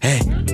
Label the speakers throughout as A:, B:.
A: Hey,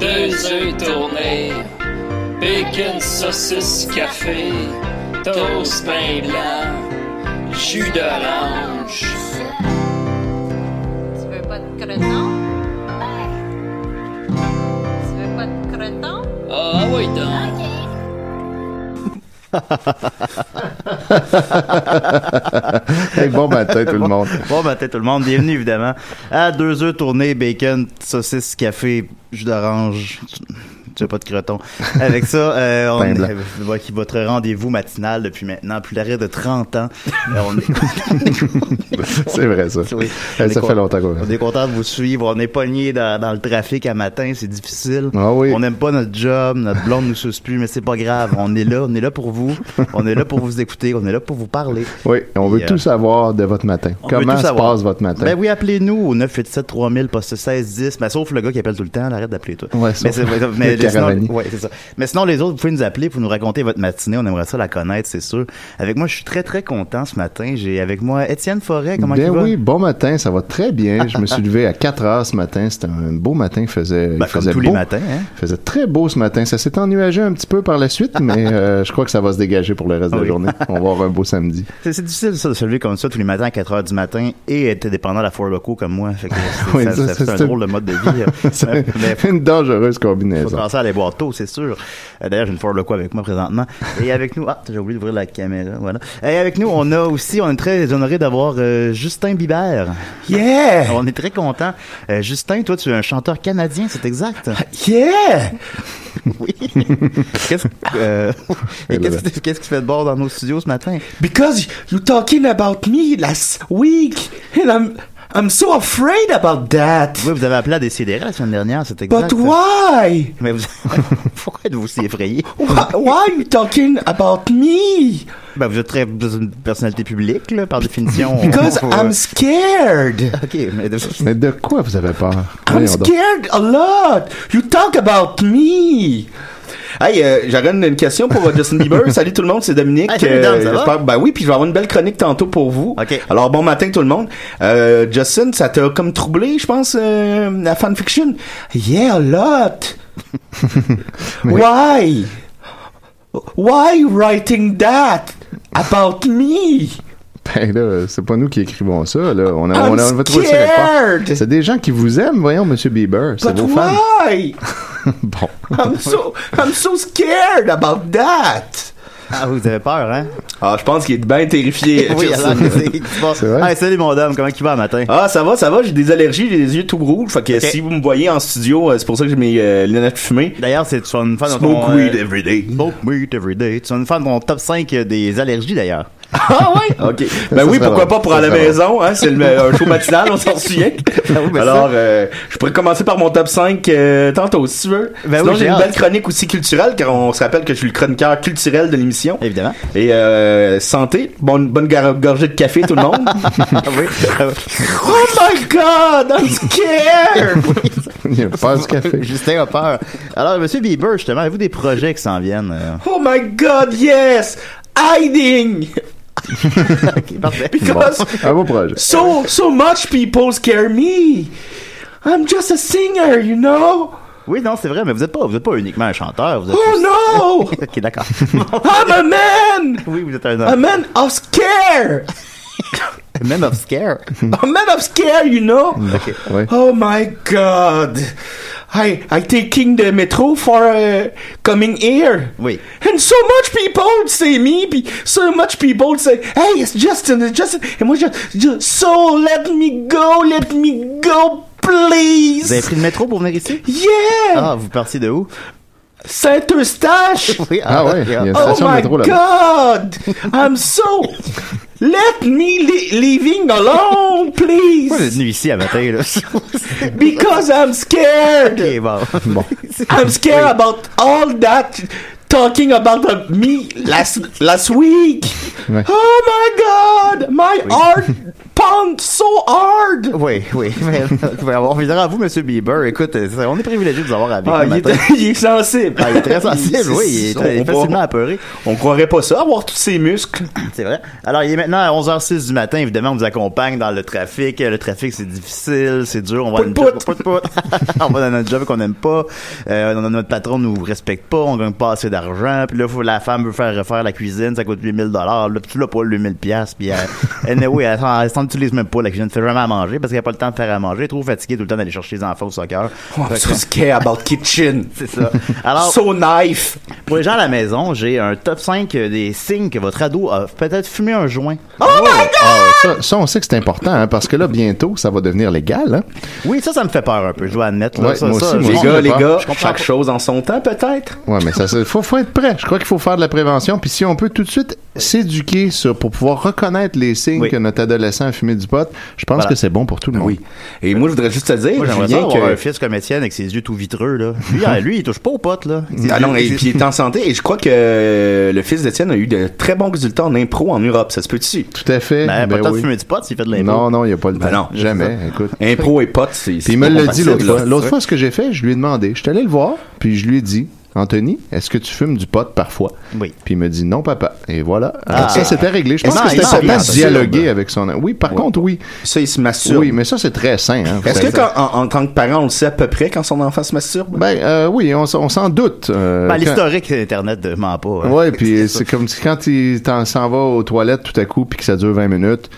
B: Deux œufs tournés, bacon, saucisse, café, toast, pain blanc, jus d'orange.
C: Tu veux pas de creton? Tu veux pas de creton?
B: Ah oui donc.
D: Hey, bon matin tout le monde.
E: Bon matin tout le monde, bienvenue évidemment à deux œufs tournés, bacon, saucisse, café, jus d'orange, j'ai pas de creton. Avec ça, euh, on
D: Pain blanc.
E: est voilà qui votre rendez-vous matinal depuis maintenant plus l'arrêt de 30 ans. Euh, on est-
D: C'est vrai ça.
E: Oui.
D: Hey,
E: On est
D: ça
E: con-
D: fait longtemps qu'on
E: On est content de vous suivre, on est pogné dans, dans le trafic à matin, c'est difficile.
D: Ah oui.
E: On n'aime pas notre job, notre blonde nous suce plus, mais c'est pas grave, on est là, on est là pour vous, on est là pour vous écouter, on est là pour vous parler.
D: Oui, on veut
E: Et, euh,
D: tout savoir de votre matin.
E: On veut
D: Comment
E: tout
D: se
E: savoir.
D: passe votre matin?
E: Ben oui, appelez-nous au 987 3000 poste 16 10. Ben, sauf le gars qui appelle tout le temps, là, arrête d'appeler toi.
D: Ouais, sauf
E: mais, c'est-
D: le
E: mais
D: caravanier.
E: sinon, ouais, c'est ça. Mais sinon, les autres, vous pouvez nous appeler pour nous raconter votre matinée. On aimerait ça la connaître, c'est sûr. Avec moi, je suis très très content ce matin. J'ai avec moi Étienne Forêt. Comment
D: ben
E: tu
D: oui, bon matin, ça va très bien. Je me suis levé à 4 heures ce matin. C'était un beau matin. Il faisait,
E: Ben,
D: il
E: comme
D: faisait
E: tous
D: beau.
E: les matins, hein.
D: Il faisait très beau ce matin. Ça s'est ennuagé un petit peu par la suite, mais euh, je crois que ça va se dégager pour le reste de la
E: Oui.
D: journée. On va avoir un beau samedi.
E: C'est c'est difficile ça, de se lever comme ça tous les matins à 4 heures du matin et être dépendant de la Four Loco comme moi. Fait que c'est-
D: Oui,
E: ça-
D: ça,
E: ça-
D: ça,
E: c'est
D: c'est-
E: un drôle de mode de vie.
D: C'est
E: Mais- mais-
D: une dangereuse
E: faut
D: combinaison.
E: penser à aller boire tôt, c'est sûr. Euh, D'ailleurs, j'ai une Ford Loco avec moi présentement. Et avec nous, ah, j'ai oublié d'ouvrir la caméra, voilà. Et avec nous, on a aussi, on est très honoré d'avoir euh, Justin Bibert.
F: Yeah!
E: On est très content. Euh, Justin, toi, tu es un chanteur canadien, c'est exact.
F: Yeah!
E: Oui. qu'est-ce euh, et qu'est-ce que qu'est-ce que tu fais de bord dans nos studios ce matin?
F: Because you talking about me last week, and I'm I'm so afraid about that.
E: Oui, vous avez appelé à décider la semaine dernière, c'est exact.
F: But why?
E: Mais vous- pourquoi êtes-vous si effrayé?
F: Why, why you talking about me?
E: Ben, vous êtes très vous êtes une personnalité publique, là, par définition. On-
F: Because
E: on-
F: I'm scared.
E: Oh, Ok, mais
D: Mais de quoi vous avez peur?
F: I'm
D: Voyons donc.
F: scared a lot. You talk about me.
G: Hey, euh, j'aurais une, une question pour euh, Justin Bieber. Salut tout le monde, c'est Dominique.
E: Hey, salut, Dan, ça va?
G: j'espère- ben oui, puis je vais avoir une belle chronique tantôt pour vous.
E: Ok.
G: Alors bon matin tout le monde. Euh, Justin, ça t'a comme troublé, je pense, euh, la fanfiction.
F: Yeah, a lot. Why? Why writing that about me?
D: Ben là, c'est pas nous qui écrivons ça, là. On a,
F: I'm
D: on a- on va trouver ça quelque part.
F: scared.
D: C'est des gens qui vous aiment, voyons, Monsieur Bieber. C'est
F: But
D: vos fans.
F: why?
D: Bon.
F: I'm so I'm so scared about that.
E: Ah, vous avez peur, hein?
G: Ah, je pense qu'il est bien terrifié.
E: Oui,
G: Justin.
E: alors que c'est bon.
D: C'est vrai?
E: Ah, salut mon dame, comment tu vas matin?
G: Ah, ça va, ça va, j'ai des allergies, j'ai les yeux tout rouges. Fait que
E: Ok.
G: si vous me voyez en studio, euh, c'est pour ça que j'ai mes euh, lunettes fumées.
E: D'ailleurs, c'est tu vas nous faire dans ton,
G: Smoke
E: euh,
G: weed every day.
E: Smoke weed every day. Tu vas nous faire ton top 5 euh, des allergies d'ailleurs.
F: Ah ouais? OK.
D: Ça
F: Ben oui,
D: serait
F: pourquoi
D: drôle.
F: pas pour
D: Ça
F: à la
D: serait
F: maison, hein? C'est le- un show matinal, on s'en souvient.
D: mais
F: Alors, euh, je pourrais commencer par mon top 5 euh, tantôt, si tu veux.
E: Ben
F: Sinon,
E: oui,
F: j'ai
E: j'ai
F: une
E: hâte.
F: belle chronique aussi culturelle, car on se rappelle que je suis le chroniqueur culturel de l'émission. Évidemment. Et euh, santé, bonne, bonne gar- gorgée de café, tout le monde.
D: Ah
F: Ah,
E: Oh my god, I'm scared!
D: Il a peur du café.
E: Justin a peur. Alors, monsieur Bieber, justement, avez-vous des projets qui s'en viennent? euh?
F: Oh my god, yes! Hiding! Because
D: Ah Bon, un beau projet.
F: so so much people scare me. I'm just a singer, you know.
E: Oui, non, c'est vrai, mais vous n'êtes pas, vous êtes pas uniquement un chanteur. Vous êtes
F: Oh no!
E: aussi- ok, d'accord.
F: I'm a man!
E: oui, vous êtes un
F: A
E: homme.
F: man of scare!
E: Même of scare.
F: A man of scare, you know?
E: Ok.
D: Oui.
F: Oh my god! I I taking the metro for uh, coming here.
E: Oui.
F: And so much people say me, be- so much people say, hey, it's Justin, it's Justin. And moi, just, just, so let me go, let me go,
E: Vous avez
F: please.
E: pris le métro pour venir ici?
F: Yeah!
E: Ah, vous partiez de où?
F: Saint-Eustache!
E: Oui,
D: Ah ouais, il y a une
F: Oh
D: station de
F: my
D: métro là-bas.
F: god! I'm so... Let me li- leaving alone,
E: Pourquoi vous êtes
F: please!
E: venu ici à matin, là?
F: Because I'm scared!
E: ok, bon. bon.
F: I'm scared about all that talking about uh, me last last week.
D: Ouais.
F: Oh my god, my heart pounds so hard.
E: Oui, oui. Mais, mais on reviendra à vous, monsieur Bieber. Écoute, euh, c'est- on est privilégié de vous avoir avec
F: Ah,
E: nous
F: il,
E: le
F: est,
E: matin.
F: il est sensible.
E: Ah, il est très sensible, oui. Il est,
F: On
E: il est
F: va-
E: facilement apeuré.
F: On croirait pas ça, avoir tous ses muscles.
E: C'est vrai. Alors, il est maintenant à 11h06 du matin. Évidemment, on vous accompagne dans le trafic. Euh, Le trafic, c'est difficile, c'est dur. On va, à notre job,
F: Pout-pout.
E: pout-pout. on va dans notre job qu'on n'aime pas. Euh, on- notre patron nous respecte pas. On gagne pas assez d'argent. Puis là, faut, la femme veut faire refaire la cuisine. Ça coûte 8000 dollars. Là, puis tu l'as pas, 8000 pièces. Puis elle, anyway, elle, s'en- elle s'en utilise même pas. La cuisine fait vraiment à manger parce qu'elle a pas le temps de faire à manger. Elle est trop fatiguée tout le temps d'aller chercher les enfants au soccer.
F: Oh, I'm so scared about kitchen.
E: C'est ça. Alors,
F: so knife.
E: pour les gens à la maison, j'ai un top 5 des signes que votre ado a peut-être fumé un joint.
D: Ah ouais, ça, ça, on sait que c'est important, hein, parce que là, bientôt, ça va devenir légal. Hein.
E: Oui, ça, ça me fait peur un peu, je dois admettre. Là,
D: Ouais,
E: ça,
D: moi
E: ça,
D: aussi,
E: je
D: moi
E: comprends
D: aussi.
E: pas.
D: Les gars, les
E: Je comprends pas.
F: chose en son temps, peut-être.
D: Ouais, mais ça, ça- faut, faut être prêt. Je crois qu'il faut faire de la prévention. Puis si on peut tout de suite s'éduquer sur, pour pouvoir reconnaître les signes
E: Oui.
D: que notre adolescent a fumé du pot, je pense
E: Voilà.
D: que c'est bon pour tout le monde.
F: Oui. Et moi, je voudrais juste te dire,
E: Moi, j'aimerais ça
F: Julien,
E: avoir
F: que...
E: un fils comme Étienne avec ses yeux tout vitreux, là. Lui, ah, lui il touche pas aux potes, là.
F: Ah non, et
E: C'est-
F: puis il est en santé, et je crois que euh, le fils d'Étienne a eu de très bons résultats en impro en Europe, ça se peut-tu?
D: Tout à fait.
E: Ben, pas
D: Ben
E: le temps de
D: oui.
E: fumer du pot s'il fait de l'impôt.
D: Non, non, il n'y a pas le temps.
F: Ben non.
D: Jamais, écoute.
F: Impro et potes, c'est.
D: Puis il me l'a dit l'autre fois. L'autre fois, ce que j'ai fait, je lui ai demandé. Je suis allé le voir, puis je lui ai dit, Anthony, est-ce que tu fumes du pot parfois?
E: Oui.
D: Puis il me dit, non, papa. Et voilà. Alors,
E: Ah.
D: ça, c'était réglé. Je
F: Est-ce
D: pense
F: que
D: que c'était
F: ça
D: important de
F: masturbe?
D: dialoguer avec son... Oui, par contre, oui.
F: Ça, il se masturbe.
D: Oui, mais ça, c'est très sain. hein.
F: Est-ce que,
D: Vous savez.
F: quand- en, en tant que parent, on le sait à peu près quand son enfant se masturbe?
D: Ben, euh, oui, on, s- on s'en doute. euh,
E: Ben,
D: quand-
E: l'historique d'Internet ne ment pas. hein.
D: Ouais, puis c'est comme si quand il t'en- s'en va aux toilettes tout à coup puis que ça dure 20 minutes,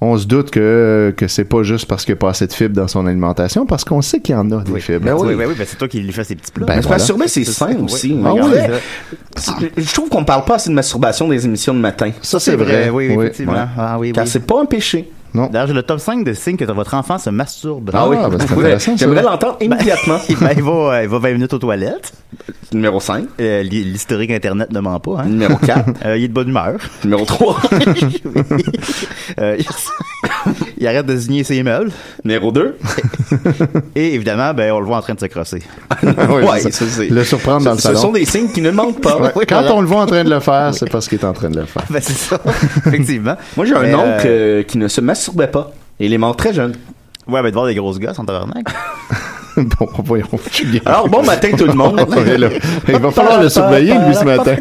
D: on se doute que, que c'est pas juste parce qu'il n'y a pas assez de fibres dans son alimentation, parce qu'on sait qu'il y en a des fibres.
E: Ben oui, ben oui, ben c'est toi qui lui fais ses petits plats.
D: Ben,
F: Mais se
D: voilà.
F: masturber, c'est sain
E: Ben
F: aussi.
D: Ah
F: En
D: oui.
F: fait, Je trouve qu'on parle pas assez de masturbation des émissions de matin.
D: Ça, c'est vrai.
E: Oui,
D: Oui,
E: effectivement.
D: voilà.
E: Ah oui,
F: Car
E: oui.
F: c'est pas un péché.
D: Non.
E: D'ailleurs, j'ai le top 5 de signes que votre enfant se masturbe.
D: Ah oui. ben, c'est intéressant, ça.
F: J'aimerais l'entendre immédiatement.
E: Ben, il, va, euh, il va 20 minutes aux toilettes.
F: Numéro 5,
E: Euh, l'hi- L'historique Internet ne ment pas. Hein.
F: numéro 4,
E: Euh, il est de bonne humeur.
F: numéro 3,
E: Euh, il- il arrête de signer ses meubles.
F: numéro 2.
E: Et évidemment, ben, on le voit en train de se crosser.
D: Ouais,
F: Ouais,
D: c'est
F: ça, c'est-
D: Le surprendre dans le
F: Ce
D: salon.
F: sont des signes qui ne manquent pas.
D: Ouais, Quand on le voit en train de le faire, c'est parce qu'il est en train de le faire.
E: Ben, c'est ça, effectivement.
F: Moi, j'ai un
E: Mais,
F: oncle
E: euh,
F: euh, qui ne se masturbait pas. Et il est mort très jeune.
E: Ouais, ben, de voir des grosses gosses en tabarnak.
D: bon, voyons, tu gagnes.
F: Alors, bon matin tout le monde.
D: Ouais, là. Il va falloir le surveiller, lui, ce matin.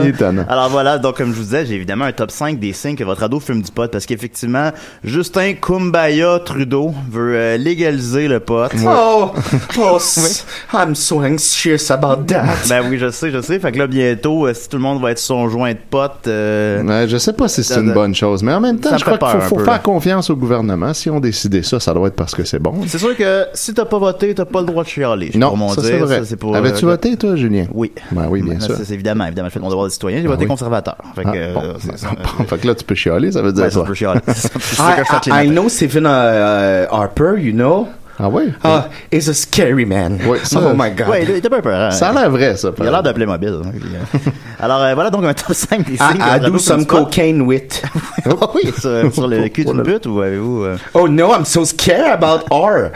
D: Il est étonnant.
E: Alors voilà, donc comme je vous disais, j'ai évidemment un top 5 des signes que votre ado fume du pot parce qu'effectivement, Justin Kumbaya Trudeau veut euh, légaliser le pot.
F: Oh, oh, s- I'm so anxious about that.
E: Ben oui, je sais, je sais. Fait que là, bientôt, euh, si tout le monde va être sur son joint de pote, euh,
D: Ouais, je sais pas si c'est
E: Ça-
D: une bonne chose, mais en même temps,
E: ça
D: je
E: me fait
D: crois qu'il
E: peur un
D: faut, faut
E: peu, là.
D: faire confiance au gouvernement. Si on décidé ça, ça doit être parce que c'est bon.
E: c'est sûr que si t'as pas voté, t'as pas le droit de chialer. je
D: Non,
E: pour mon
D: ça
E: dire.
D: c'est vrai. Ah, ben,
E: Ça, c'est pour,
D: Avais-tu
E: euh,
D: voté, toi, Julien?
E: Oui.
D: Ben oui, bien
E: Ben,
D: sûr.
E: ça, c'est évidemment, évidemment, je fais mon devoir de citoyen. J'ai
D: Ah
E: voté
D: oui.
E: conservateur. Fait que,
D: Ah,
E: euh,
D: bon.
E: c'est ça.
D: Bon, fait que là, tu peux chialer, ça veut dire Ah,
E: Ouais, ça,
D: ça.
E: je peux chialer. C'est ça que je fais tous les
F: I, I, I
E: matins.
F: know Stephen uh, uh, Harper, you know.
D: Ah ouais?
F: Ah, is a scary man.
D: Ouais, ça-
F: oh my god.
E: Ouais, il était pas peur. hein.
D: Ça a l'air vrai, ça.
E: Il a l'air de Playmobil. hein, puis, euh. Alors, euh, voilà donc un top 5 des signes.
F: I, I
E: de
F: do
E: Bravo
F: some
E: Spot.
F: cocaine with.
D: Oh.
E: Ah oui, sur, sur le cul d'une butte ou avez-vous. euh,
F: Oh no, I'm so scared about R.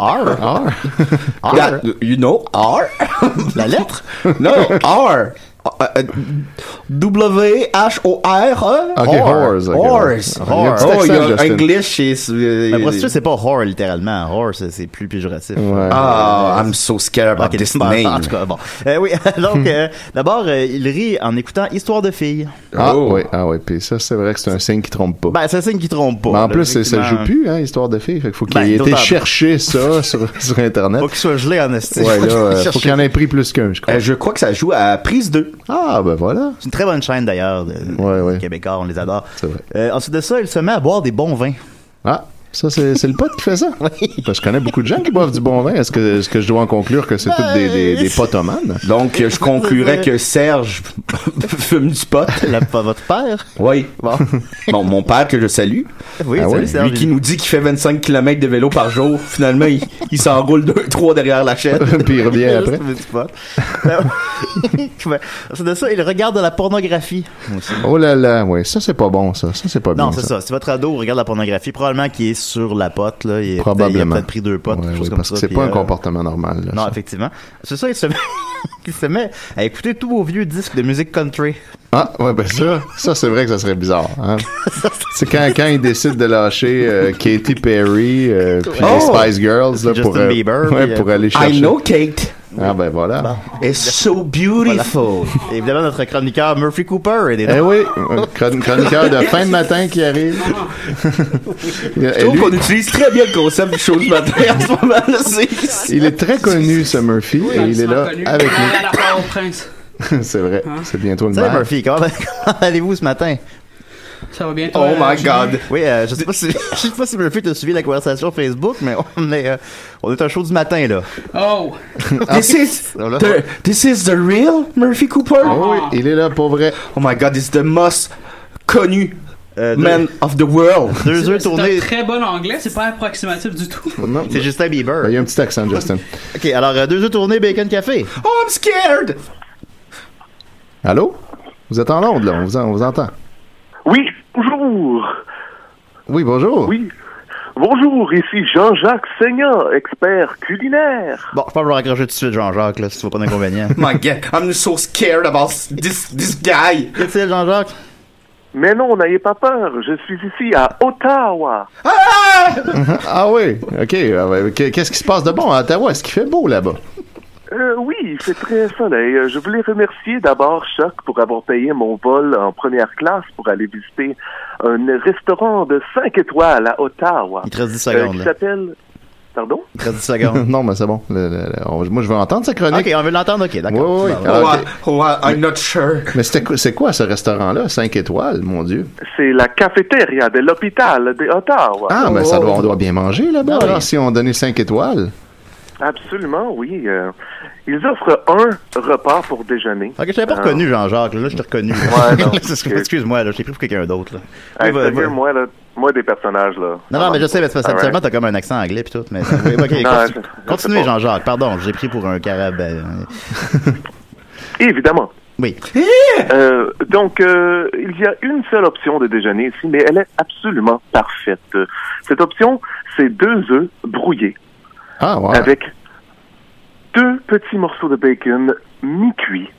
E: R?
D: Ah.
E: R?
F: That- you know R?
E: La lettre?
F: no, R. Uh, uh, W H O
E: E.
F: R.
D: Ok, whores, ok, ouais.
F: Horse.
D: Il y a un petit
F: Oh,
D: accent,
F: your
D: Justin.
F: English
E: euh,
F: is.
E: La
F: Uh,
E: prostituée, c'est pas whore littéralement. Whore, c'est c'est plus péjoratif. Euh,
D: Ouais.
F: Ah, I'm so scared about
E: Ok,
F: this
E: bon, En
F: name.
E: tout cas, bon. Euh, oui, donc, euh, d'abord, euh, il rit en écoutant Histoire de filles.
D: Ah
F: Oh.
D: oui, ah oui. Puis ça, c'est vrai que c'est un signe qui trompe pas.
E: Ben, c'est un signe qui trompe pas.
D: Mais
E: là,
D: en plus, c'est- ça
E: effectivement.
D: joue plus, hein, histoire de filles. Fait qu'il faut qu'il
E: Ben,
D: ait été
E: d'autant-
D: chercher ça sur, sur Internet.
E: Faut qu'il soit gelé en esti.
D: Ouais, là, euh, faut
E: Chercher-
D: qu'il en ait pris plus qu'un, je crois.
F: Euh, je crois que ça joue à prise 2.
D: Ah, ben voilà.
E: C'est une très bonne chaîne d'ailleurs. de-
D: Ouais, ouais.
E: des Québécois, on les adore.
D: C'est vrai.
E: Euh, ensuite de ça, il se met à boire des bons vins.
D: Ah, ça, c'est c'est le pote qui fait ça. Parce que je connais beaucoup de gens qui boivent du bon vin. Est-ce que, est que je dois en conclure que c'est tous des, des, des potomanes?
F: Donc, euh, je conclurais que Serge fume du pot.
E: La- pas votre père.
F: Oui.
E: Bon.
F: Bon, mon père que je salue.
E: Oui,
D: Ah
E: salut,
D: ouais?
E: c'est
F: Lui qui nous dit qu'il fait 25 km de vélo par jour, finalement, il, il s'enroule deux, trois derrière la chaîne.
D: Puis il revient après.
E: Ben, Ensuite de ça, il regarde de la pornographie.
D: Oh là là, oui, ça, c'est pas bon, ça. Ça, c'est pas
E: Non,
D: Ah, bien,
E: c'est
D: ça.
E: ça. Si votre ado regarde la pornographie, probablement qu'il est sur la pote. Là. Il, est- il a
D: Probablement.
E: peut-être pris deux potes,
D: Ouais,
E: quelque chose
D: oui,
E: comme
D: parce
E: ça.
D: que c'est
E: puis,
D: pas un
E: euh,
D: comportement normal. là,
E: Non,
D: ça.
E: effectivement. C'est ça, il se met, il se met à écouter tous vos vieux disques de musique country.
D: Ah, ouais, ben ça, ça c'est vrai que ça serait bizarre. Hein? c'est quand, quand ils décident de lâcher euh, Katy Perry euh, puis les
F: Oh!
D: Spice Girls là,
E: Justin
D: pour, euh,
E: Bieber,
D: ouais,
E: puis, euh,
D: pour aller chercher.
F: I know Kate
D: Ah ben voilà.
F: is so beautiful.
E: Et évidemment, notre chroniqueur Murphy Cooper est des
D: Eh oui, un chron- chroniqueur de fin de matin qui arrive.
B: Ah,
F: Je
D: Et
F: trouve
D: lui,
F: qu'on utilise très bien le concept du show du matin en ce moment. là, c'est-
D: il est très connu, ce Murphy, et il est là avec
B: À Ah, la part au prince.
D: nous. c'est vrai,
F: Hein?
D: c'est bientôt le
E: Salut
D: maire.
E: Murphy, comment, comment allez-vous ce matin?
B: Ça va bien, toi?
F: Oh my
B: Julien?
F: god.
E: Oui, euh, je sais pas si je sais pas si Murphy t'a suivi la conversation Facebook, mais on est euh, on est un show du matin là. Ah, oh,
B: Oh!
F: This is,
E: Voilà.
F: the, this is the real Murphy Cooper?
D: Oh oui, il est là pour vrai.
F: Oh my god, it's the most connu
E: Euh, deux-
F: man of the world.
E: deux
B: C'est
E: œufs
B: c'est
E: tournés.
B: un très bon anglais, c'est pas approximatif du tout.
D: Non,
E: C'est Justin
D: ben, il
E: Bieber.
D: y a un petit accent, Justin.
E: Ok, alors euh, deux œufs tournés bacon café.
F: Oh, I'm scared!
D: Allô? Vous êtes en Londres, là, on vous, en- on vous entend.
H: Oui, bonjour.
D: Oui, bonjour.
H: Oui. Bonjour, ici Jean-Jacques Seignan, expert culinaire.
E: Bon, je peux vous raccrocher tout de suite Jean-Jacques là, si tu vois pas d'inconvénient.
F: My god, I'm so scared about this, this guy.
E: Qu'est-ce que c'est Jean-Jacques
H: Mais non, n'ayez pas peur, je suis ici à Ottawa.
D: Ah oui, ok. Ah ouais, qu- Qu'est-ce qui se passe de bon à Ottawa? Est-ce qu'il fait beau là-bas?
H: Euh, oui, il fait très soleil. Euh, Je voulais remercier d'abord Choc pour avoir payé mon vol en première classe pour aller visiter un restaurant de 5 étoiles à Ottawa.
E: Il te reste 10
H: euh,
E: secondes
H: qui
E: là.
H: s'appelle... Pardon?
E: Il te reste 10 secondes.
D: non, mais c'est bon. Le- le- le- on- moi, je veux entendre sa chronique.
E: ok,
H: Ah,
E: on veut l'entendre, ok, d'accord.
D: Oui, oui,
E: Bon,
D: oui. Ah,
F: Oh,
D: ok.
F: I- oh, I- I'm not sure.
D: Mais c'était quoi- c'est quoi ce restaurant-là? 5 étoiles, mon Dieu.
H: C'est la cafétéria de l'hôpital de Ottawa.
D: Ah, mais ça doit, on doit bien manger là-bas.
E: Oh. Ah oui.
D: Alors, si on donnait 5 étoiles.
H: Absolument, oui. euh, ils offrent un repas pour déjeuner.
E: Ok, je t'avais pas
H: Ah.
E: reconnu, Jean-Jacques. Là, je t'ai reconnu.
H: Ouais, non.
E: C'est ce que- Excuse-moi, là, je t'ai pris pour quelqu'un d'autre. là.
H: Hey,
E: Oui, va-
H: sérieux,
E: va-
H: moi, là, moi, des personnages, là.
E: Non, non, mais je sais, mais c'est parce que
H: Alright.
E: habituellement, t'as comme un accent anglais pis tout, mais... Ok,
H: je-
E: continue-
H: je
E: continuez,
H: sais pas.
E: Jean-Jacques, pardon, j'ai pris pour un ben, euh, carabin.
H: Évidemment.
E: Oui.
H: Euh, donc, euh, il y a une seule option de déjeuner ici, mais elle est absolument parfaite. Euh, Cette option, c'est deux œufs brouillés
D: Ah,
E: Euh,
D: ouais.
H: avec deux petits morceaux de bacon mi-cuit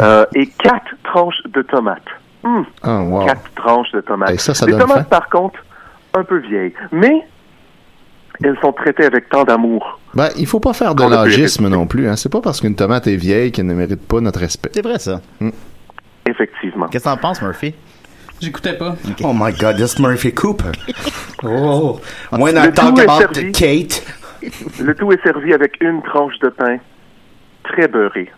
H: euh, et quatre tranches de tomates. Hum,
D: Ah, wow.
H: quatre tranches de tomates.
D: Et ça, ça
H: Les
D: donne
H: tomates,
D: faim.
H: par contre, un peu vieilles, mais elles sont traitées avec tant d'amour.
D: Ben, il faut pas faire de
H: On a pu
D: l'âgisme
H: effectuer.
D: non plus. Hein. C'est pas parce qu'une tomate est vieille qu'elle ne mérite pas notre respect. Hmm.
E: C'est vrai, ça.
H: Effectivement.
E: Qu'est-ce que t'en penses, Murphy?
B: J'écoutais pas.
F: Oh my god, this Murphy Cooper. Oh, when I
H: Le
F: talk
H: tout est
F: about
H: servi.
F: Kate.
H: Le tout est servi avec une tranche de pain très beurrée.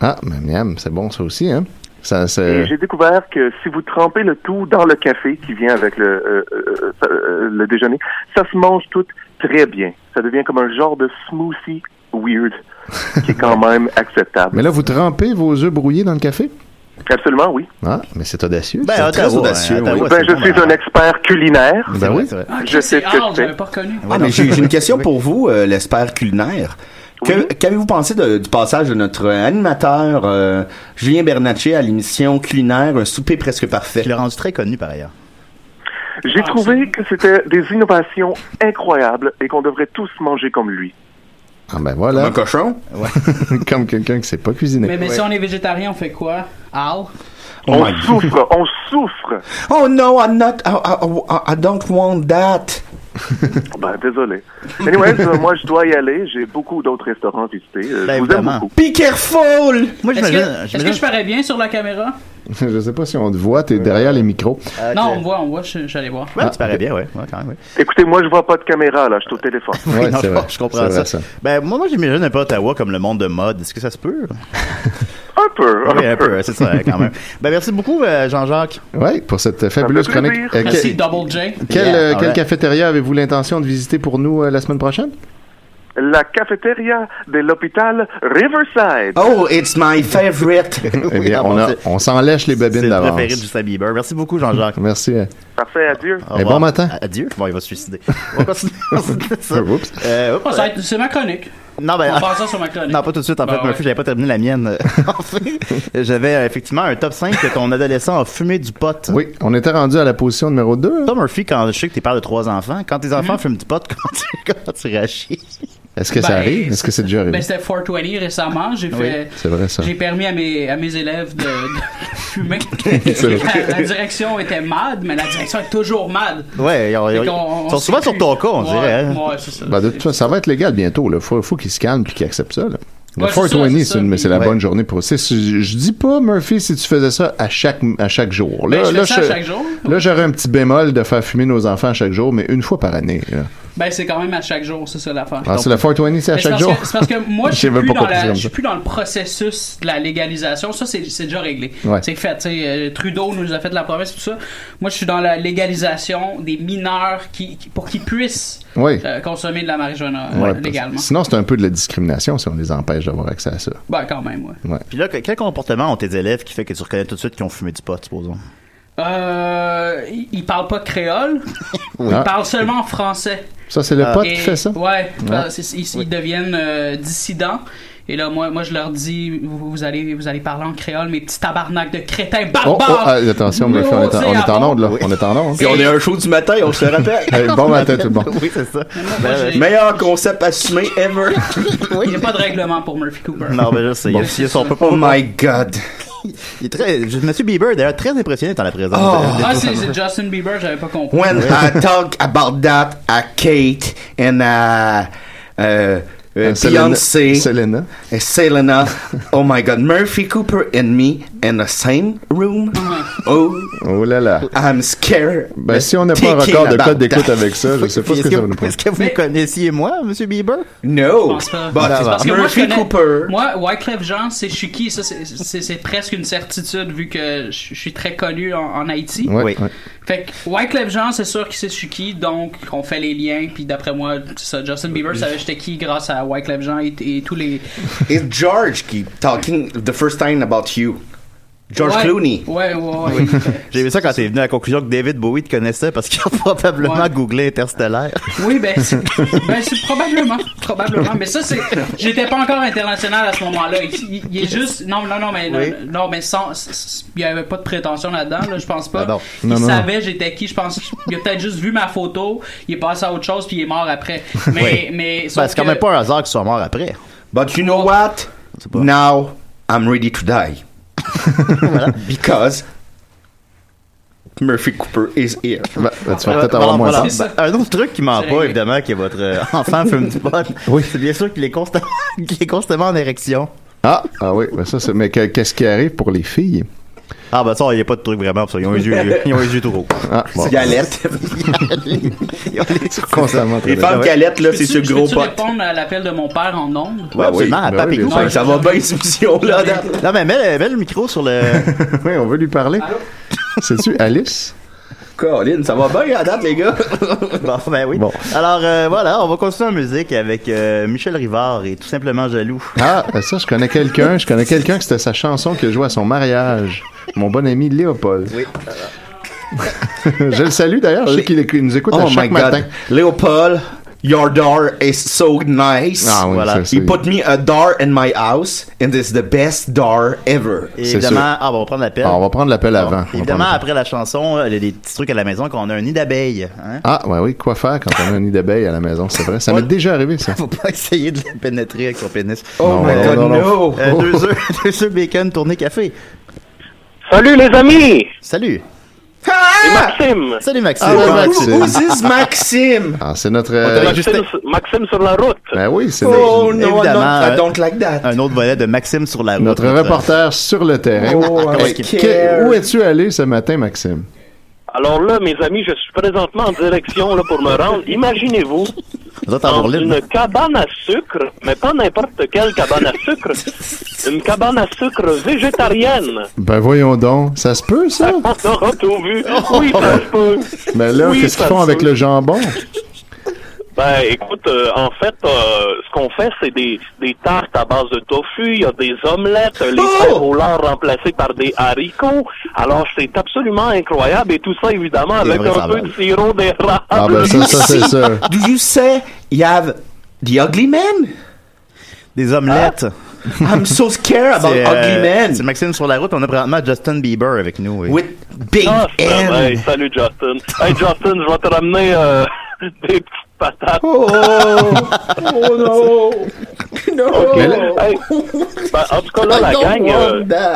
D: Ah, mais miam, c'est bon ça aussi. Hein. Ça,
H: Et
D: c'est...
H: j'ai découvert que si vous trempez le tout dans le café qui vient avec le, euh, euh, euh, euh, le déjeuner, ça se mange tout très bien. Ça devient comme un genre de smoothie weird qui est quand même acceptable.
D: Mais là, vous trempez vos œufs brouillés dans le café?
H: Absolument, oui.
D: Ah, mais c'est audacieux.
H: Ben,
D: C'est
H: Ottawa, hein, Ottawa,
D: oui.
H: Ben, c'est je bon, suis ben, un expert culinaire.
D: Ben oui.
H: Je sais ce que
B: Ah,
H: je
B: j'avais
H: fais.
B: pas reconnu.
F: Ah, mais j'ai j'ai une question pour vous, euh, l'espère culinaire. Que- Qu'avez-vous pensé de- du passage de notre animateur euh, Julien Bernatchez à l'émission culinaire Un souper presque parfait Je
E: l'ai rendu très connu par ailleurs.
H: J'ai trouvé que c'était des innovations incroyables et qu'on devrait tous manger comme lui.
D: Ah ben voilà. Comme
F: un cochon?
D: Comme quelqu'un qui sait pas cuisiner.
B: Mais, mais si on est végétarien, on fait quoi? Al?
D: Oh my God.
H: on souffre.
F: Oh no, I'm not. I, I- I- I don't want that.
H: Ben, désolé. Anyways, euh, moi, je dois y aller. J'ai beaucoup d'autres restaurants à visiter. Euh, je vous aime beaucoup.
F: Be careful!
E: Moi,
B: Est-ce que, est-ce que je parais bien sur la caméra?
D: je sais pas si on te voit, t'es derrière les micros. Ah.
B: Non, on me voit, on me voit, je- j'allais voir.
E: Euh, Ouais, Ah, tu parais bien, ouais. ouais, quand même, ouais.
H: Écoutez, moi, je vois pas de caméra, là. Je suis au téléphone.
E: Oui, non, je, je comprends ça. Ben, moi, moi j'imagine un peu Ottawa comme le monde de mode. Est-ce que ça se peut?
H: un peu.
E: Oui, un peu, c'est ça, quand même. Ben, merci beaucoup, euh, Jean-Jacques.
D: Oui, pour cette fabuleuse chronique. Euh, que-
B: Merci, Double J.
D: Quelle,
E: Yeah, ah
D: euh,
E: all
D: quelle
E: right.
D: cafétéria avez-vous l'intention de visiter pour nous euh, la semaine prochaine?
H: La cafétéria de l'hôpital Riverside.
F: Oh, it's my favorite.
D: Eh bien, on, a- on s'en lèche les babines
E: le
D: d'avance.
E: préféré de Justin Bieber. Merci beaucoup, Jean-Jacques.
D: Merci. euh,
H: Parfait, adieu.
E: Au
D: Et
E: revoir.
D: bon matin.
E: A- Adieu. Bon, il va se suicider. On continue. on continue ça.
D: Oups.
E: Euh, oups.
B: Ah, ça va être- c'est ma chronique.
E: Non, ben,
B: On passe ça sur ma chronique.
E: non, pas tout de suite. En
B: Ben
E: fait, Murphy,
B: ouais.
E: j'avais pas terminé la mienne. Enfin, j'avais euh, effectivement un top 5 que ton adolescent a fumé du pot.
D: Oui, on était rendu à la position numéro hein. 2.
E: Toi, Murphy, quand je sais que t'es père de trois enfants, quand tes enfants fument du pot, quand tu, quand tu réagis?
D: Est-ce que
B: Mm-hmm. Ben,
D: ça arrive? Est-ce que c'est déjà arrivé?
B: Ben, c'était 420 récemment. J'ai
D: Oui,
B: fait.
D: c'est vrai, ça.
B: J'ai permis à mes, à mes élèves de, de fumer.
D: C'est
B: la,
D: vrai.
B: la direction était mad, mais la direction est toujours mad.
E: Ouais, ils, ont-
B: Fait
E: ils
B: qu'on-
E: ont-
B: on
E: ils sont
B: sait
E: souvent sur
B: plus.
E: ton cas, on
B: Ouais,
E: dirait. hein.
B: ouais, c'est ça.
D: Ben, de toute façon, ça va être légal bientôt. Il faut, faut qu'ils se calment et qu'ils acceptent ça. là. Le
B: Ouais, c'est ça,
D: 420,
B: c'est
D: c'est
B: ça,
D: une- mais c'est la
E: puis-
D: bonne journée pour. c'est- Je je dis pas, Murphy, si tu faisais ça à chaque, à chaque jour. Là,
B: Ben, je fais
D: là,
B: ça à chaque jour.
D: là, j'aurais un petit bémol de faire fumer nos enfants à chaque jour, mais une fois par année. là.
B: Ben, c'est quand même à chaque jour, c'est ça l'affaire.
D: Ah, c'est le 420, c'est à
B: Mais c'est
D: chaque
B: parce
D: jour.
B: que- C'est parce que moi, je
D: Je sais
B: suis
D: même
B: plus,
D: pas
B: dans
D: pourquoi c'est
B: la-
D: comme
B: je suis
D: ça.
B: plus dans le processus de la légalisation. Ça, c'est c'est déjà réglé.
D: Ouais.
B: C'est fait. tu sais, euh, Trudeau nous a fait la promesse, tout ça. Moi, je suis dans la légalisation des mineurs qui, qui- pour qu'ils puissent
D: Oui.
B: euh, consommer de la marijuana euh,
D: Ouais, parce-
B: légalement.
D: Sinon, c'est un peu de la discrimination si on les empêche d'avoir accès à ça.
B: Ben, quand même, ouais.
D: Ouais.
E: Puis là, que- quel comportement ont tes élèves qui fait que tu reconnais tout de suite qu'ils ont fumé du pot, supposons?
B: Euh, ils- ils parlent pas créole. Ils
D: Ah.
B: parlent seulement français.
D: Ça, c'est le
B: Ah.
D: pote
B: Et-
D: qui fait ça?
B: Ouais,
D: Ah.
B: c'est- c'est- ils, ils deviennent euh, dissidents. Et là, moi, moi, je leur dis, vous, vous allez, vous allez parler en créole, mes petits tabarnak de crétins
D: Oh, oh,
B: barbares.
D: ah, attention, Murphy, on est en, on est en onde, là. On est en onde.
F: Puis on est un show du matin, on se le rappelle.
D: Hey, bon matin, tout le monde.
E: Oui, c'est ça.
B: Ben, j'ai-
F: Meilleur concept assumé ever. ben,
B: Il n'y a pas de règlement pour Murphy Cooper.
E: Non, mais là, c'est.
B: Bon.
E: il- il- on peut pas-
F: Oh my god.
E: Il est très, je- Monsieur Bieber, d'ailleurs, très impressionné par la
F: ben,
E: présence. de- de-
B: Ah, c'est c'est Justin Bieber, j'avais pas compris.
F: When I talk about that, à Kate and uh, uh, uh,
D: Selena-
F: Beyoncé,
D: Selena.
F: uh, Selena, oh my god, Murphy Cooper and me in the same room. Oh,
D: Oh là là.
F: I'm scared.
D: Ben, si on n'a pas un record de code d'écoute avec ça, je sais pas
E: Puis Est-ce
D: ce que ça
E: que,
D: va nous prendre.
E: est-ce que vous
B: Mais-
E: connaissiez moi, Monsieur Bieber?
B: Je
F: No,
B: pense pas.
F: but
B: Bah, C'est parce que moi, je
F: Murphy
B: connais-
F: Cooper.
B: Moi, Wyclef Jean, c'est je suis qui, ça, c'est- c'est c'est presque une certitude vu que je je suis très connu en, en Haïti.
D: Ouais,
E: Oui.
D: ouais.
B: Fait que Wyclef Jean, c'est sûr qu'il sait je suis qui, donc on fait les liens, puis d'après moi, c'est ça, Justin Bieber savait j'étais qui grâce à Wyclef Jean et, et tous les...
F: It's George keep talking the first time about you. George
B: Ouais.
F: Clooney.
B: Ouais, ouais, ouais.
E: J'ai vu ça quand t'es venu à la conclusion que David Bowie te connaissait parce qu'il a probablement
B: Ouais.
E: googlé Interstellaire.
B: Oui, ben c'est ben, c'est probablement, probablement. Mais ça, c'est, j'étais pas encore international à ce moment-là. Il, il- il est juste, non, non, non, mais non,
E: Oui.
B: non, mais sans, s- s- il y avait pas de prétention là-dedans, là, je pense pas.
E: Ah non.
B: Il
D: Non, non,
B: savait j'étais qui, je pense. Il a peut-être juste vu ma photo, il est passé à autre chose puis il est mort après. Mais,
E: Oui.
B: mais sauf
E: Ben, c'est quand
B: que-
E: même pas un hasard qu'il soit mort après.
F: But you know what? Now I'm ready to die. Because Murphy Cooper is here.
D: Ben, ben, tu
E: Euh,
D: vas peut-être
E: voilà,
D: avoir moins
E: voilà.
D: ça.
B: ça.
E: Ben, un autre truc qui ment
B: C'est
E: pas,
B: réglé.
E: évidemment, que votre euh, enfant fume du pot.
D: Oui.
E: C'est bien sûr qu'il est, constant- qu'il est constamment en érection.
D: Ah, ah oui, ben ça, c'est- mais que- qu'est-ce qui arrive pour les filles?
E: Ah, ben ça, il n'y a pas de truc vraiment. pour Ça. Ils, ont les yeux, ils ont les yeux tout gros.
D: Ah, bon.
F: Galette.
E: Ils ont les yeux-
D: Constamment
F: Les
D: très
F: femmes
D: bien.
F: galettes, là,
B: Peux-tu-
F: c'est ce
B: je
F: gros
B: peux-tu
F: pot.
B: répondre à l'appel de mon père en ondes?
E: Ouais, absolument, à
D: ben
E: Papi
D: oui, bien
E: Cooper.
B: sûr.
F: Ça va bien, cette mission-là. Dan.
E: Non, mais mets, mets le micro sur le.
D: Oui, on veut lui parler.
B: Allô?
D: C'est-tu Alice?
F: Colin, ça va bien à date, les gars?
E: bon, ben oui. Alors, euh, voilà, on va continuer en musique avec euh, Michel Rivard et tout simplement jaloux.
D: Ah, ben ça, je connais quelqu'un. Je connais quelqu'un que c'était sa chanson qu'il jouait à son mariage. Mon bon ami Léopold.
E: Oui.
D: je le salue d'ailleurs. Je sais qu'il éc- il nous écoute à
F: Oh
D: chaque
F: my
D: matin.
F: god. Léopold, your door is so nice.
D: Ah oui,
F: voilà.
D: ça, c'est-
F: He put me a door in my house and it's the best door ever.
E: Et évidemment, ah, bon, on va prendre l'appel.
D: Ah, on va prendre l'appel avant. On va
E: Évidemment,
D: prendre l'appel.
E: après la chanson, il y a des petits trucs à la maison qu'on a un nid d'abeilles. Hein?
D: Ah, ouais, oui, quoi faire quand on a un nid d'abeille à la maison, c'est vrai. Ça m'est déjà arrivé, ça.
E: Faut pas essayer de la pénétrer avec son pénis.
D: Oh my God, no.
E: Euh, deux œufs, deux œufs bacon tourné café.
I: Salut les amis!
E: Salut! Ah!
I: C'est Maxime!
E: Salut Maxime!
D: Ah, ouais, Maxime.
I: Who is this Maxime?
D: Ah, c'est notre.
I: On
D: euh,
I: dirait Maxime, Maxime sur la route.
D: Ben oui, c'est
I: Oh,
D: notre-
I: no, I
E: Évidemment,
I: don't- I
E: euh,
I: don't like that.
E: Un autre volet de Maxime sur la route.
D: notre reporter sur le terrain.
I: Oh, I
D: Ouais.
I: care.
D: Que- Où es-tu allé ce matin, Maxime?
I: Alors là, mes amis, je suis présentement en direction là, pour me rendre. Imaginez-vous
E: Vous êtes en
I: dans
E: Bourline.
I: une cabane à sucre, mais pas n'importe quelle cabane à sucre, une cabane à sucre végétarienne.
D: Ben voyons donc, ça se peut, ça?
I: On aura tout vu. Oui, ça se peut.
D: Oh. Mais là,
I: Oui,
D: qu'est-ce
I: ça
D: qu'ils font
I: se
D: avec
I: peut.
D: le jambon?
I: Ben, écoute, euh, en fait, euh, ce qu'on fait, c'est des, des tartes à base de tofu, il y a des omelettes, euh, les pains au lard remplacés par des haricots. Alors, c'est absolument incroyable, et tout ça, évidemment, avec un peu de sirop d'érable.
F: Ah,
D: Ah, ben,
F: Do you say you have the ugly man? Ah,
E: Des omelettes.
F: I'm so scared about
E: C'est, euh,
F: ugly men.
E: C'est Maxime sur la route. On a présentement Justin Bieber avec nous. Oui.
F: With big
I: Ah, c'est- hey, salut, Justin. Hey, Justin, je vais te ramener euh, des petites patates.
F: oh no!
I: Ok. Hey, ben, en tout cas, là, la gang... euh,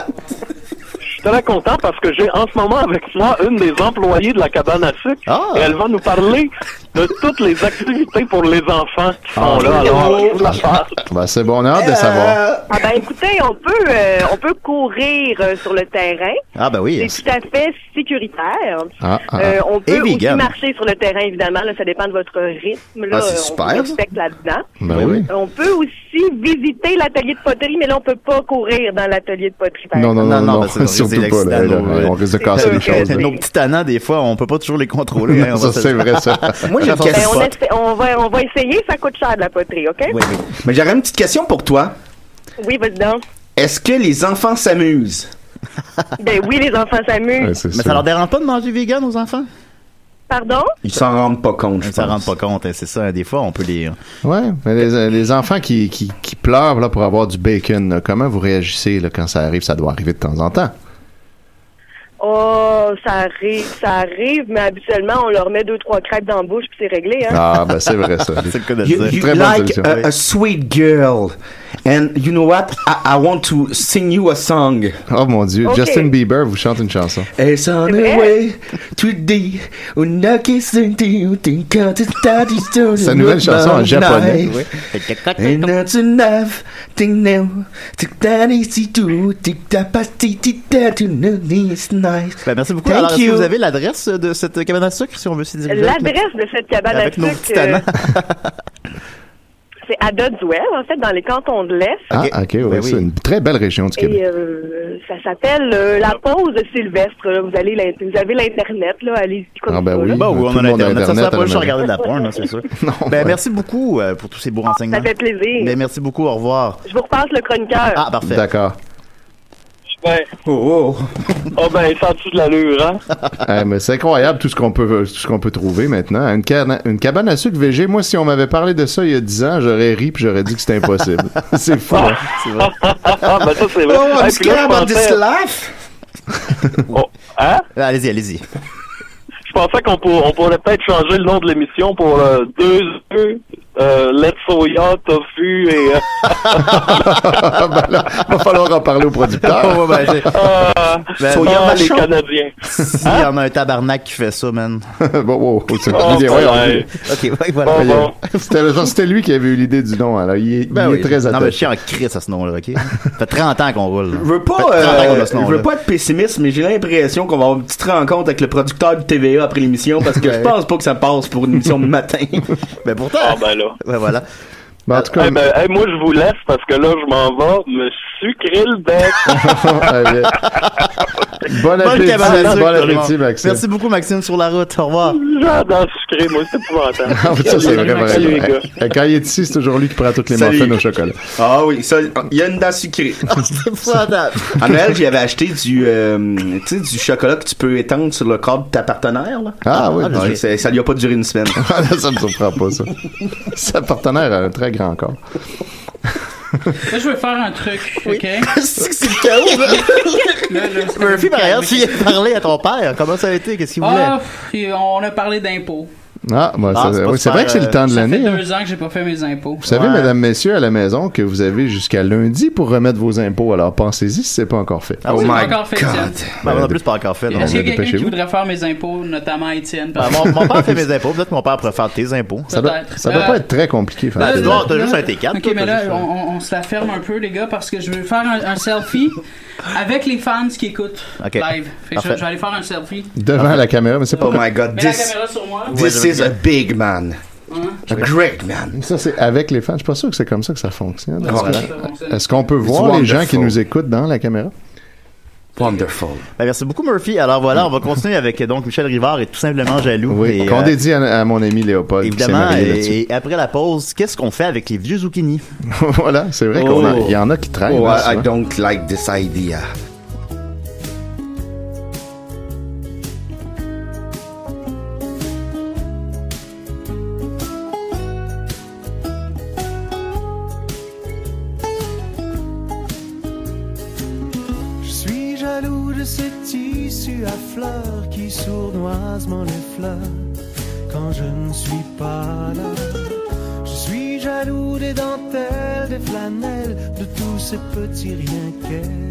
I: Je suis très content parce que j'ai en ce moment avec moi une des employées de la cabane à sucre et elle va nous parler de toutes les activités pour les enfants qui sont
D: Ah.
I: là. Alors, je vous la passe.
D: Ben c'est bon, on a hâte de savoir.
J: Ah ben écoutez, on peut euh, on peut courir euh, sur le terrain.
E: Ah, ben oui.
J: C'est tout à fait sécuritaire.
E: Ah, ah, ah.
J: Euh, on
E: Et
J: peut aussi
E: vegan.
J: marcher sur le terrain, évidemment. Là, ça dépend de votre rythme. Là,
E: Ah, c'est
J: Euh,
E: super,
J: On
E: ça.
J: vous respecte là-dedans.
E: Ben oui.
J: Euh, On peut aussi visiter l'atelier de poterie, mais là, on peut pas courir dans l'atelier de poterie. par
D: Non, non,
J: exemple.
D: non, non,
E: parce que
D: surtout
E: c'est
D: pas, là,
E: l'accident,
D: là,
E: nos-
D: on risque de casser les choses, là.
E: euh, Nos petits tannants, des fois, on peut pas toujours les contrôler. hein, on
D: Ça,
E: va se-
D: c'est vrai, ça.
F: Moi, j'ai une
E: Ça,
J: Ben,
F: question.
J: on, essa- on va, on va essayer, ça coûte cher de la poterie, OK?
F: Oui, oui. Mais j'aurais une petite question pour toi.
J: Oui, vas-y donc.
F: Est-ce que les enfants s'amusent?
J: Ben oui, les enfants s'amusent.
E: Mais ça leur dérange pas de manger vegan aux enfants?
J: Pardon?
F: Ils s'en rendent pas compte,
E: Ils s'en rendent pas compte, hein, c'est ça. Des fois, on peut les...
D: Ouais, mais les, euh, les enfants qui, qui, qui pleurent là, pour avoir du bacon, là, comment vous réagissez là, quand ça arrive? Ça doit arriver de temps en temps.
J: Oh, ça arrive, ça arrive, mais habituellement, on leur met deux, trois crêpes dans la bouche puis c'est réglé, hein?
D: Ah, ben c'est vrai, ça.
E: c'est le cas de
F: You,
E: le dire.
F: you
E: Très bonne
F: like
E: solution, oui.
F: a, a sweet girl. And you know what? I, I want to sing you a song.
D: Oh mon Dieu,
F: Ok.
D: Justin Bieber vous chante une chanson.
F: It's on the way to the
D: C'est
F: Sa
D: une nouvelle chanson en japonais.
F: And that's enough. Thing now. Tic tac, easy to. Tic tac, pasti, tic tac, to know this nice.
E: Ben, merci beaucoup.
F: Thank
E: Alors, est-ce que
F: you.
E: vous avez l'adresse de cette cabane à sucre, si on veut s'y diriger? avec nous?
J: L'adresse de cette cabane
E: Avec nos
J: à
E: petits
J: sucre, euh,
E: tannants.
J: c'est à Dodwell, en fait, dans les cantons de l'Est.
D: Ah, ok, ouais,
J: Ben oui.
D: c'est une très belle région du Québec.
J: Et euh, ça s'appelle euh, la pause de Sylvestre. là. Vous, allez l'in- vous avez l'Internet, là, allez-y comme
D: Ah, ben
J: ça,
D: oui,
J: là.
E: Bah oui,
D: Tout
E: on
D: le
E: a
D: monde a hein.
E: l'internet. Ça
D: Internet
E: sera pas
D: à la
E: juste
D: maison.
E: regarder de la porn, là, c'est sûr. ben, merci beaucoup euh, pour tous ces beaux renseignements.
J: Ça fait plaisir.
E: Ben, merci beaucoup. Au revoir.
J: Je vous repasse le chroniqueur.
E: Ah, parfait.
D: D'accord.
I: Ben,
F: oh,
I: ben, ça a-tu de l'allure, hein?
D: Eh, mais c'est incroyable tout ce qu'on peut, tout ce qu'on peut trouver maintenant. Une, cana- une cabane à sucre VG, moi, si on m'avait parlé de ça il y a 10 ans, j'aurais ri puis j'aurais dit que c'était impossible. c'est fou. hein?
I: Ah, ben ça, c'est vrai.
F: Oh, I'm
I: Hey, puis là,
F: scared
I: je
F: about this
I: pensais-
F: life.
I: Hein?
E: Euh, Allez-y, allez-y.
I: Je pensais qu'on pour- on pourrait peut-être changer le nom de l'émission pour euh, deux œufs, euh, lait de soya, tofu et... euh,
D: ben là, va falloir en parler au producteur.
E: Oh, ouais, ben, j'ai-
I: ah,
E: Ben,
I: ah,
E: soya
I: les
E: machon.
I: Canadiens. Hein?
E: S'il y en a un tabarnak qui fait ça, man.
D: bon, wow, c'est une
E: Oh,
D: idée, ouais, on-
E: ouais. Ok, ouais, ben voilà.
D: Il y a- C'était genre, c'était lui qui avait eu l'idée du nom. Alors, il est,
E: Ben
D: il est
E: oui.
D: très
E: Non, mais je
D: attaché.
E: suis en crise à ce nom-là, ok? Ça fait 30 ans qu'on roule. là.
F: Je veux
E: Ça
F: pas,
E: fait 30 ans qu'on a
F: euh,
E: ce
F: je
E: nom-là.
F: veux pas être pessimiste, mais j'ai l'impression qu'on va avoir une petite rencontre avec le producteur du TVA après l'émission parce que je pense pas que ça passe pour une émission de matin.
E: Ben pourtant.
I: Ah, ben là.
E: Ouais, voilà.
D: Ben, en tout cas,
I: Eh ben, eh, moi, je vous laisse parce que là, je m'en vais me sucrer le bec.
D: Ah, bon
E: Bonne
D: appétit,
E: cabane à sucre,
D: bon
E: tout le
D: appétit,
E: monde.
D: Maxime.
E: Merci beaucoup, Maxime, sur la route. Au revoir.
I: J'adore sucrer, moi, c'est
D: Ah,
I: épouvantable.
D: ça, c'est
I: Salut,
D: vrai,
I: Maxime.
D: vrai.
I: Salut, les gars.
D: Eh, Quand il est ici, c'est toujours lui qui prend toutes les
F: Salut.
D: muffins au chocolat.
F: Ah oui, ça, il y a une dent sucrée. à Noël, j'avais acheté du, euh, tu sais, du chocolat que tu peux étendre sur le corps de ta partenaire. Là.
D: Ah oui.
F: Ouais, c'est- ça lui a pas duré une semaine.
D: ça me surprend pas, ça. Sa partenaire a un euh, très grand corps.
B: Là, je vais faire un truc, ok?
E: C'est que c'est le chaos,
B: là.
E: Murphy, par ailleurs, tu y as parlé à ton père. Comment ça a été? Qu'est-ce qu'il voulait?
B: Ah, puis on a parlé d'impôts.
D: Ah, bah,
E: Ah,
D: ça-
E: c'est pas
D: oui, c'est vrai
E: super,
D: que c'est le
E: euh,
D: temps de
B: Ça fait
D: l'année. hein.
B: deux ans que j'ai pas fait mes impôts.
D: Vous savez, mesdames, messieurs, à la maison, que vous avez jusqu'à lundi pour remettre vos impôts. Alors pensez-y si c'est pas encore fait.
B: Ah oui, Oh c'est pas my encore fait, God. Étienne.
E: Ben, on a plus pas encore fait.
B: Est-ce qu'il y a quelqu'un qui
D: dépêchez-vous.
B: voudrait faire mes impôts, notamment à Étienne?
E: Ben, mon, mon père fait mes impôts. Peut-être que mon père pourrait faire tes impôts.
D: Ça doit,
B: Peut-être.
D: ça doit
B: Euh,
D: pas être très compliqué.
E: Ben,
D: finalement.
E: Edouard, t'as juste un T4.
B: Ok, mais là, on, on- on se la ferme un peu, les gars, parce que je veux faire un, un selfie avec les fans qui écoutent
D: Ok.
B: live. Fait que je,
D: Parfait.
B: je vais aller faire un selfie.
D: Devant la caméra, mais c'est pas...
F: Oh my God,
B: Mets la
F: this-
B: caméra sur moi.
F: This is a big man.
B: Hein?
F: A
D: Ah,
F: great man.
D: Ça, c'est avec les fans. Je suis pas sûr que c'est comme ça que ça fonctionne.
F: Non,
D: Est-ce
F: ça
D: que-
F: fonctionne.
D: Est-ce qu'on peut
F: It's
D: voir les gens qui
F: wonderful.
D: nous écoutent dans la caméra?
F: Wonderful.
E: Ben, merci beaucoup, Murphy. Alors voilà, on va continuer avec euh, donc Michel Rivard et tout simplement jaloux.
D: Oui,
E: Et,
D: qu'on
E: euh,
D: dédie à, à mon ami Léopold. qui s'est
E: Évidemment,
D: marié là-dessus.
E: et, et après la pause, qu'est-ce qu'on fait avec les vieux zucchini?
D: voilà, c'est vrai qu'on a- il y en a qui traînent.
F: Oh,
D: hein,
F: I, I
D: souvent.
F: don't like this idea.
K: Je suis jaloux de ce tissu à fleurs qui sournoisement l'effleure quand je ne suis pas là. Je suis jaloux des dentelles, des flanelles, de tous ces petits riens qu'elle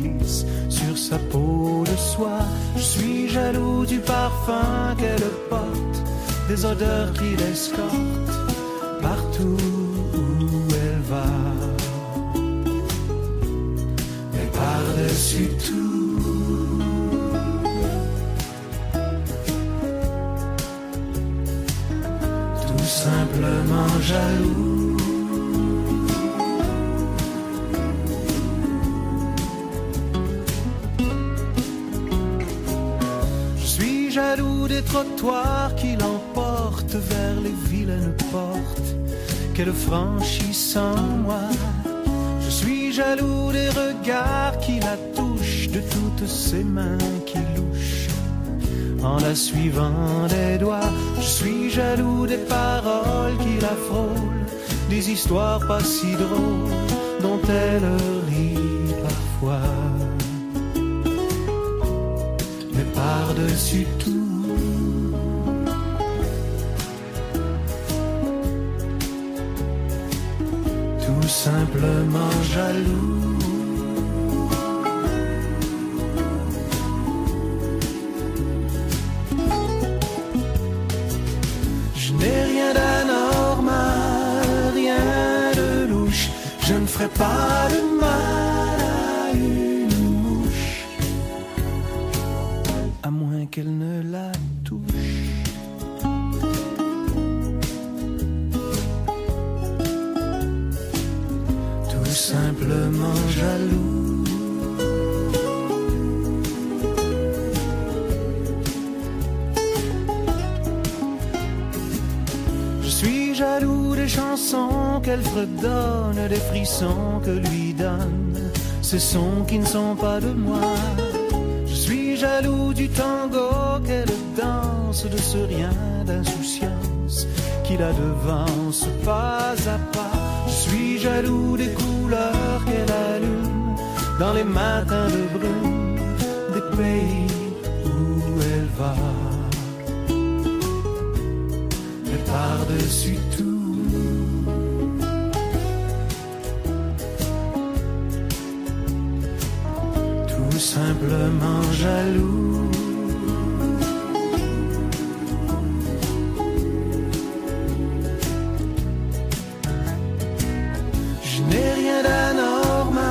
K: glisse sur sa peau de soie. Je suis jaloux du parfum qu'elle porte, des odeurs qui l'escortent partout où elle va. Mais par-dessus tout, tout simplement jaloux. Je suis jaloux des trottoirs qui l'emportent vers les vilaines portes qu'elle franchit sans moi. Je suis jaloux des regards qui la touchent, de toutes ses mains qui louchent en la suivant des doigts. Je suis jaloux des paroles qui la frôlent, des histoires pas si drôles dont elle rit parfois. Mais par-dessus tout, tout simplement jaloux. Je n'ai rien d'anormal, rien de louche. Je ne ferai pas de mal à une mouche, à moins qu'elle ne la touche. Tout simplement jaloux. Je suis jaloux des chansons qu'elle fredonne, des frissons que lui donnent ces sons qui ne sont pas de moi. Je suis jaloux du tango qu'elle danse, de ce rien d'insouciance qui la devance pas à pas. Je suis jaloux des couleurs qu'elle allume dans les matins de brume des pays où elle va. Mais par-dessus tout, tout simplement jaloux. Je n'ai rien d'anormal,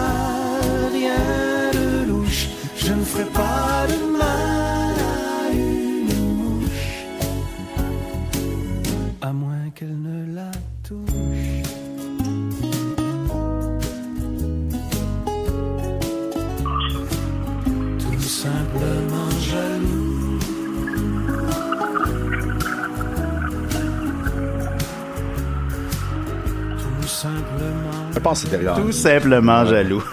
K: rien de louche, je ne ferai pas de mal à une mouche à moins qu'elle ne la touche.
F: Je pense que c'est derrière.
E: Tout simplement jaloux.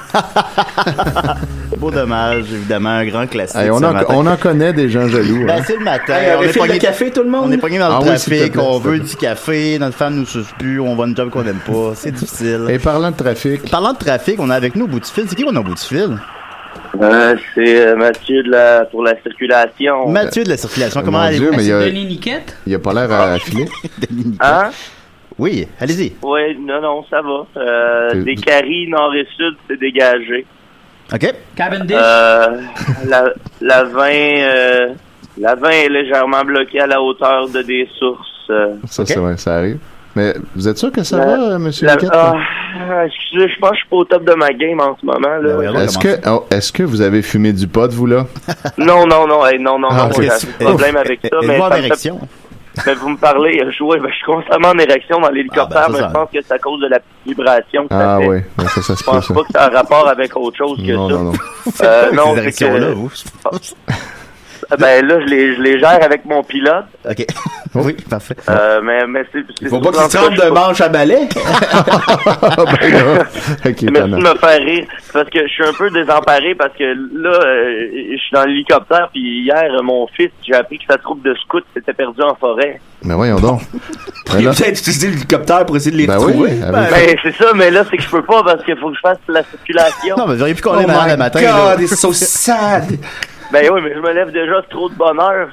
E: Beau dommage, évidemment, un grand classique.
D: Hey, on,
E: ce
D: en,
E: matin.
D: on en connaît des gens jaloux.
E: Ben,
D: hein.
E: c'est le matin.
F: Hey, un
E: on, est
F: refill de
E: pogné,
F: café, tout le monde?
E: on est pogné dans
D: Ah
E: le
D: oui, s'il te
E: trafic,
D: plaît,
E: on
D: s'il te
E: veut
D: plaît.
E: du café, notre femme nous suspue, on voit une job qu'on n'aime pas, c'est difficile.
D: Et parlant de trafic.
E: Parlant de trafic, on a avec nous au bout du fil. C'est qui qu'on a au bout du fil?
L: Euh, c'est euh, Mathieu de la, pour la circulation.
E: Mathieu de la circulation, comment
D: Mon
E: allez-vous?
D: Dieu, mais il y a-
B: Niquette?
D: Il a pas l'air à filer.
L: Hein?
E: Oui, allez-y.
L: Oui, non, non, ça va. Euh,
D: T'es-
L: des caries nord et sud, c'est dégagé.
E: OK.
B: Cavendish.
L: Euh, la, la 20, euh, la 20 est légèrement bloquée à la hauteur de des sources. euh.
D: Ça, c'est vrai, ça arrive. Mais vous êtes sûr que ça va, euh, monsieur
L: La-
D: Niquette?
L: ah, excusez, je pense que je suis pas au top de ma game en ce moment. Là.
D: Est-ce que, oh, est-ce que vous avez fumé du pot, vous, là?
L: Non, non, non, hey, non, non,
D: Ah,
L: non,
D: ok.
L: j'ai un problème avec ça.
D: Êtes-vous
L: Mais,
D: en
L: ça me fait-
D: érection?
L: mais vous me parlez, euh, je, ouais, ben, je suis constamment en érection dans l'hélicoptère,
D: Ah, ben, ça,
L: mais
D: ça-
L: je pense que c'est à cause de la vibration que ça
D: Ah
L: fait.
D: oui, ouais, ça, ça se
L: Je
D: peut,
L: pense
D: ça.
L: pas que ça a un rapport avec autre chose que
D: Non,
L: ça.
D: non, non.
L: Euh, non,
E: Ces
L: c'est que-
E: érections-là, vous, je pense.
L: Ben là, je les, je les gère avec mon pilote.
E: OK.
D: Oh.
E: oui, parfait.
L: Euh, mais, mais c'est. c'est-
F: Faut pas
L: en
F: qu'il se
L: tout cas,
F: trempe
L: je suis
F: de manche à balai.
D: Ah, ben Ok,
L: Merci de
D: étonnant.
L: me faire rire. C'est Parce que je suis un peu désemparé parce que là, euh, je suis dans l'hélicoptère. Puis hier, euh, mon fils, j'ai appris que sa troupe de scouts s'était perdue en forêt.
D: Mais voyons donc. Mais
F: Il
D: là-
F: a peut-être utilisé l'hélicoptère pour essayer de les
D: Ben oui,
F: retrouver.
D: avec-
L: Ben, c'est ça, mais là, c'est que je peux pas parce qu'il faut que je fasse la circulation.
E: Non, mais j'aurais pu qu'on
F: Oh
E: est mort
F: my
E: le matin.
F: God,
E: là.
F: it's so sad.
L: Ben oui, mais je me lève déjà de trop de bonne heure.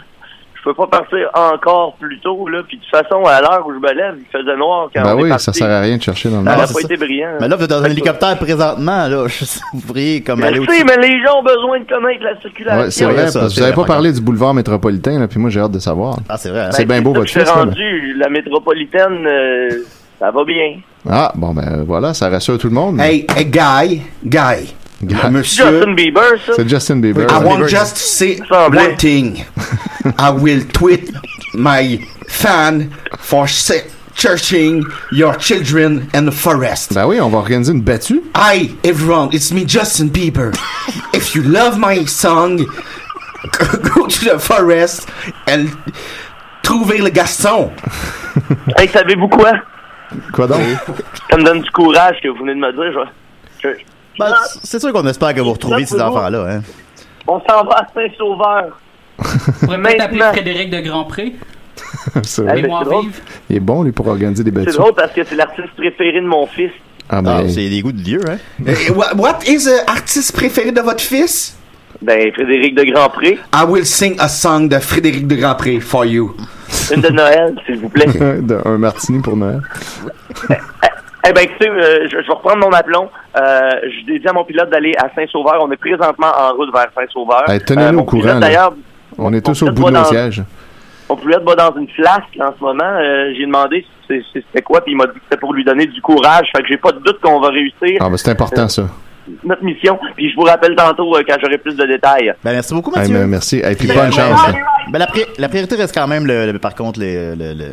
L: Je peux pas partir encore plus tôt, là. Puis de toute façon, à l'heure où je me lève, il faisait noir quand
D: Ben
L: on est
D: oui,
L: parti. Ah,
D: ça sert à rien de chercher dans le
L: Ça
D: noir.
L: n'a pas été brillant.
E: Mais là, vous êtes dans un hélicoptère présentement, là. Je sais, Vous pourriez comme
L: Mais
E: aller
L: tu
E: au
L: sais, mais les gens ont besoin de connaître la circulation.
D: Ouais, c'est vrai,
E: ça,
D: parce que
E: c'est
D: vous avez
E: vrai,
D: pas parlé du boulevard métropolitain, là, puis moi, j'ai hâte de savoir.
E: Ah, c'est vrai.
D: C'est bien beau, votre fils,
L: hein. Ben, Je
D: là, mais-
L: rendu, la métropolitaine, euh, ça va bien.
D: Ah, bon, ben voilà, ça rassure tout le monde.
F: Hey, hey, Guy, Guy, monsieur.
L: Justin Bieber, ça.
D: C'est Justin Bieber.
F: I want just to say
L: Semblait.
F: one thing. I will tweet my fan for se- searching your children in the forest.
D: Ben oui, on va organiser une battue.
F: Hi, everyone, it's me, Justin Bieber. if you love my song, go to the forest and trouver le garçon.
L: Hey, savez-vous quoi?
D: Quoi donc?
L: Ça me donne du courage que vous venez de me dire. Je... je-
E: Ben, c'est sûr qu'on espère que vous retrouvez ces enfants-là, hein.
L: On s'en va à Saint-Sauveur.
B: On pourrait peut-être appeler Frédéric de Grandpré.
D: C'est
L: Ah,
D: vrai.
L: mais c'est drôle.
D: Il est bon, lui, pour organiser des
L: C'est
D: battues.
L: drôle parce que c'est l'artiste préféré de mon fils.
D: Ah, ben,
E: C'est des goûts de Dieu, hein.
F: Eh, wha- what is the artiste préféré de votre fils?
L: Ben, Frédéric de Grandpré,
F: I will sing a song de Frédéric de Grandpré for you.
L: une de Noël, s'il vous plaît.
D: de- un martini pour Noël.
L: Eh ben, écoutez, euh, je, je vais reprendre mon aplomb. Euh, je dédie à mon pilote d'aller à Saint-Sauveur. On est présentement en route vers Saint-Sauveur. Euh,
D: Hey, tenez-nous
L: mon
D: au courant,
L: pilote,
D: là.
L: D'ailleurs,
D: On est tous
L: on
D: au
L: peut
D: bout de
L: pas
D: nos
L: dans-
D: sièges.
L: mon pilote va dans une flasque en ce moment. Euh, j'ai demandé c'est- c'est- c'était quoi, puis il m'a dit que c'était pour lui donner du courage. Fait que j'ai pas de doute qu'on va réussir
D: Ah, ben c'est important, ça.
L: notre mission. Puis je vous rappelle tantôt euh, quand j'aurai plus de détails.
E: Ben, merci beaucoup,
D: Hey,
E: Mathieu.
D: mais merci. Et puis
E: Ben,
D: bonne
E: ben,
D: chance. hein.
E: Ben, la, pri- la priorité reste quand même, le, le- par contre, les, euh, le- le-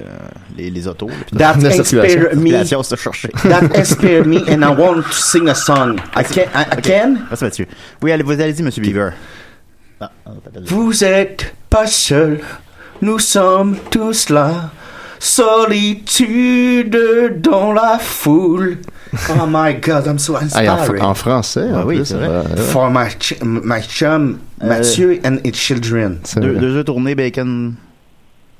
E: les, les autos. là, puis
F: That
E: tout ça.
F: La circulation.
E: La
F: inspire me.
E: circulation, se chercher.
F: That inspired me and I want to sing a song. I can, I, I can.
E: Merci, Mathieu. Oui, allez, vous allez-y, Monsieur Beaver. Ah, ah, t'appelles-
F: Vous êtes pas seul, nous sommes tous là. Solitude dans la foule. Oh my god, I'm so
D: Hey, Ah, en, fr-
F: inspired.
D: en français, en
E: oui,
D: plus,
E: c'est vrai.
D: ben, ouais. Euh,
F: For my, ch- my chum, Mathieu and his children.
D: C'est
E: Hum, deux,
D: vrai.
E: deux œufs tournés, bacon. Non,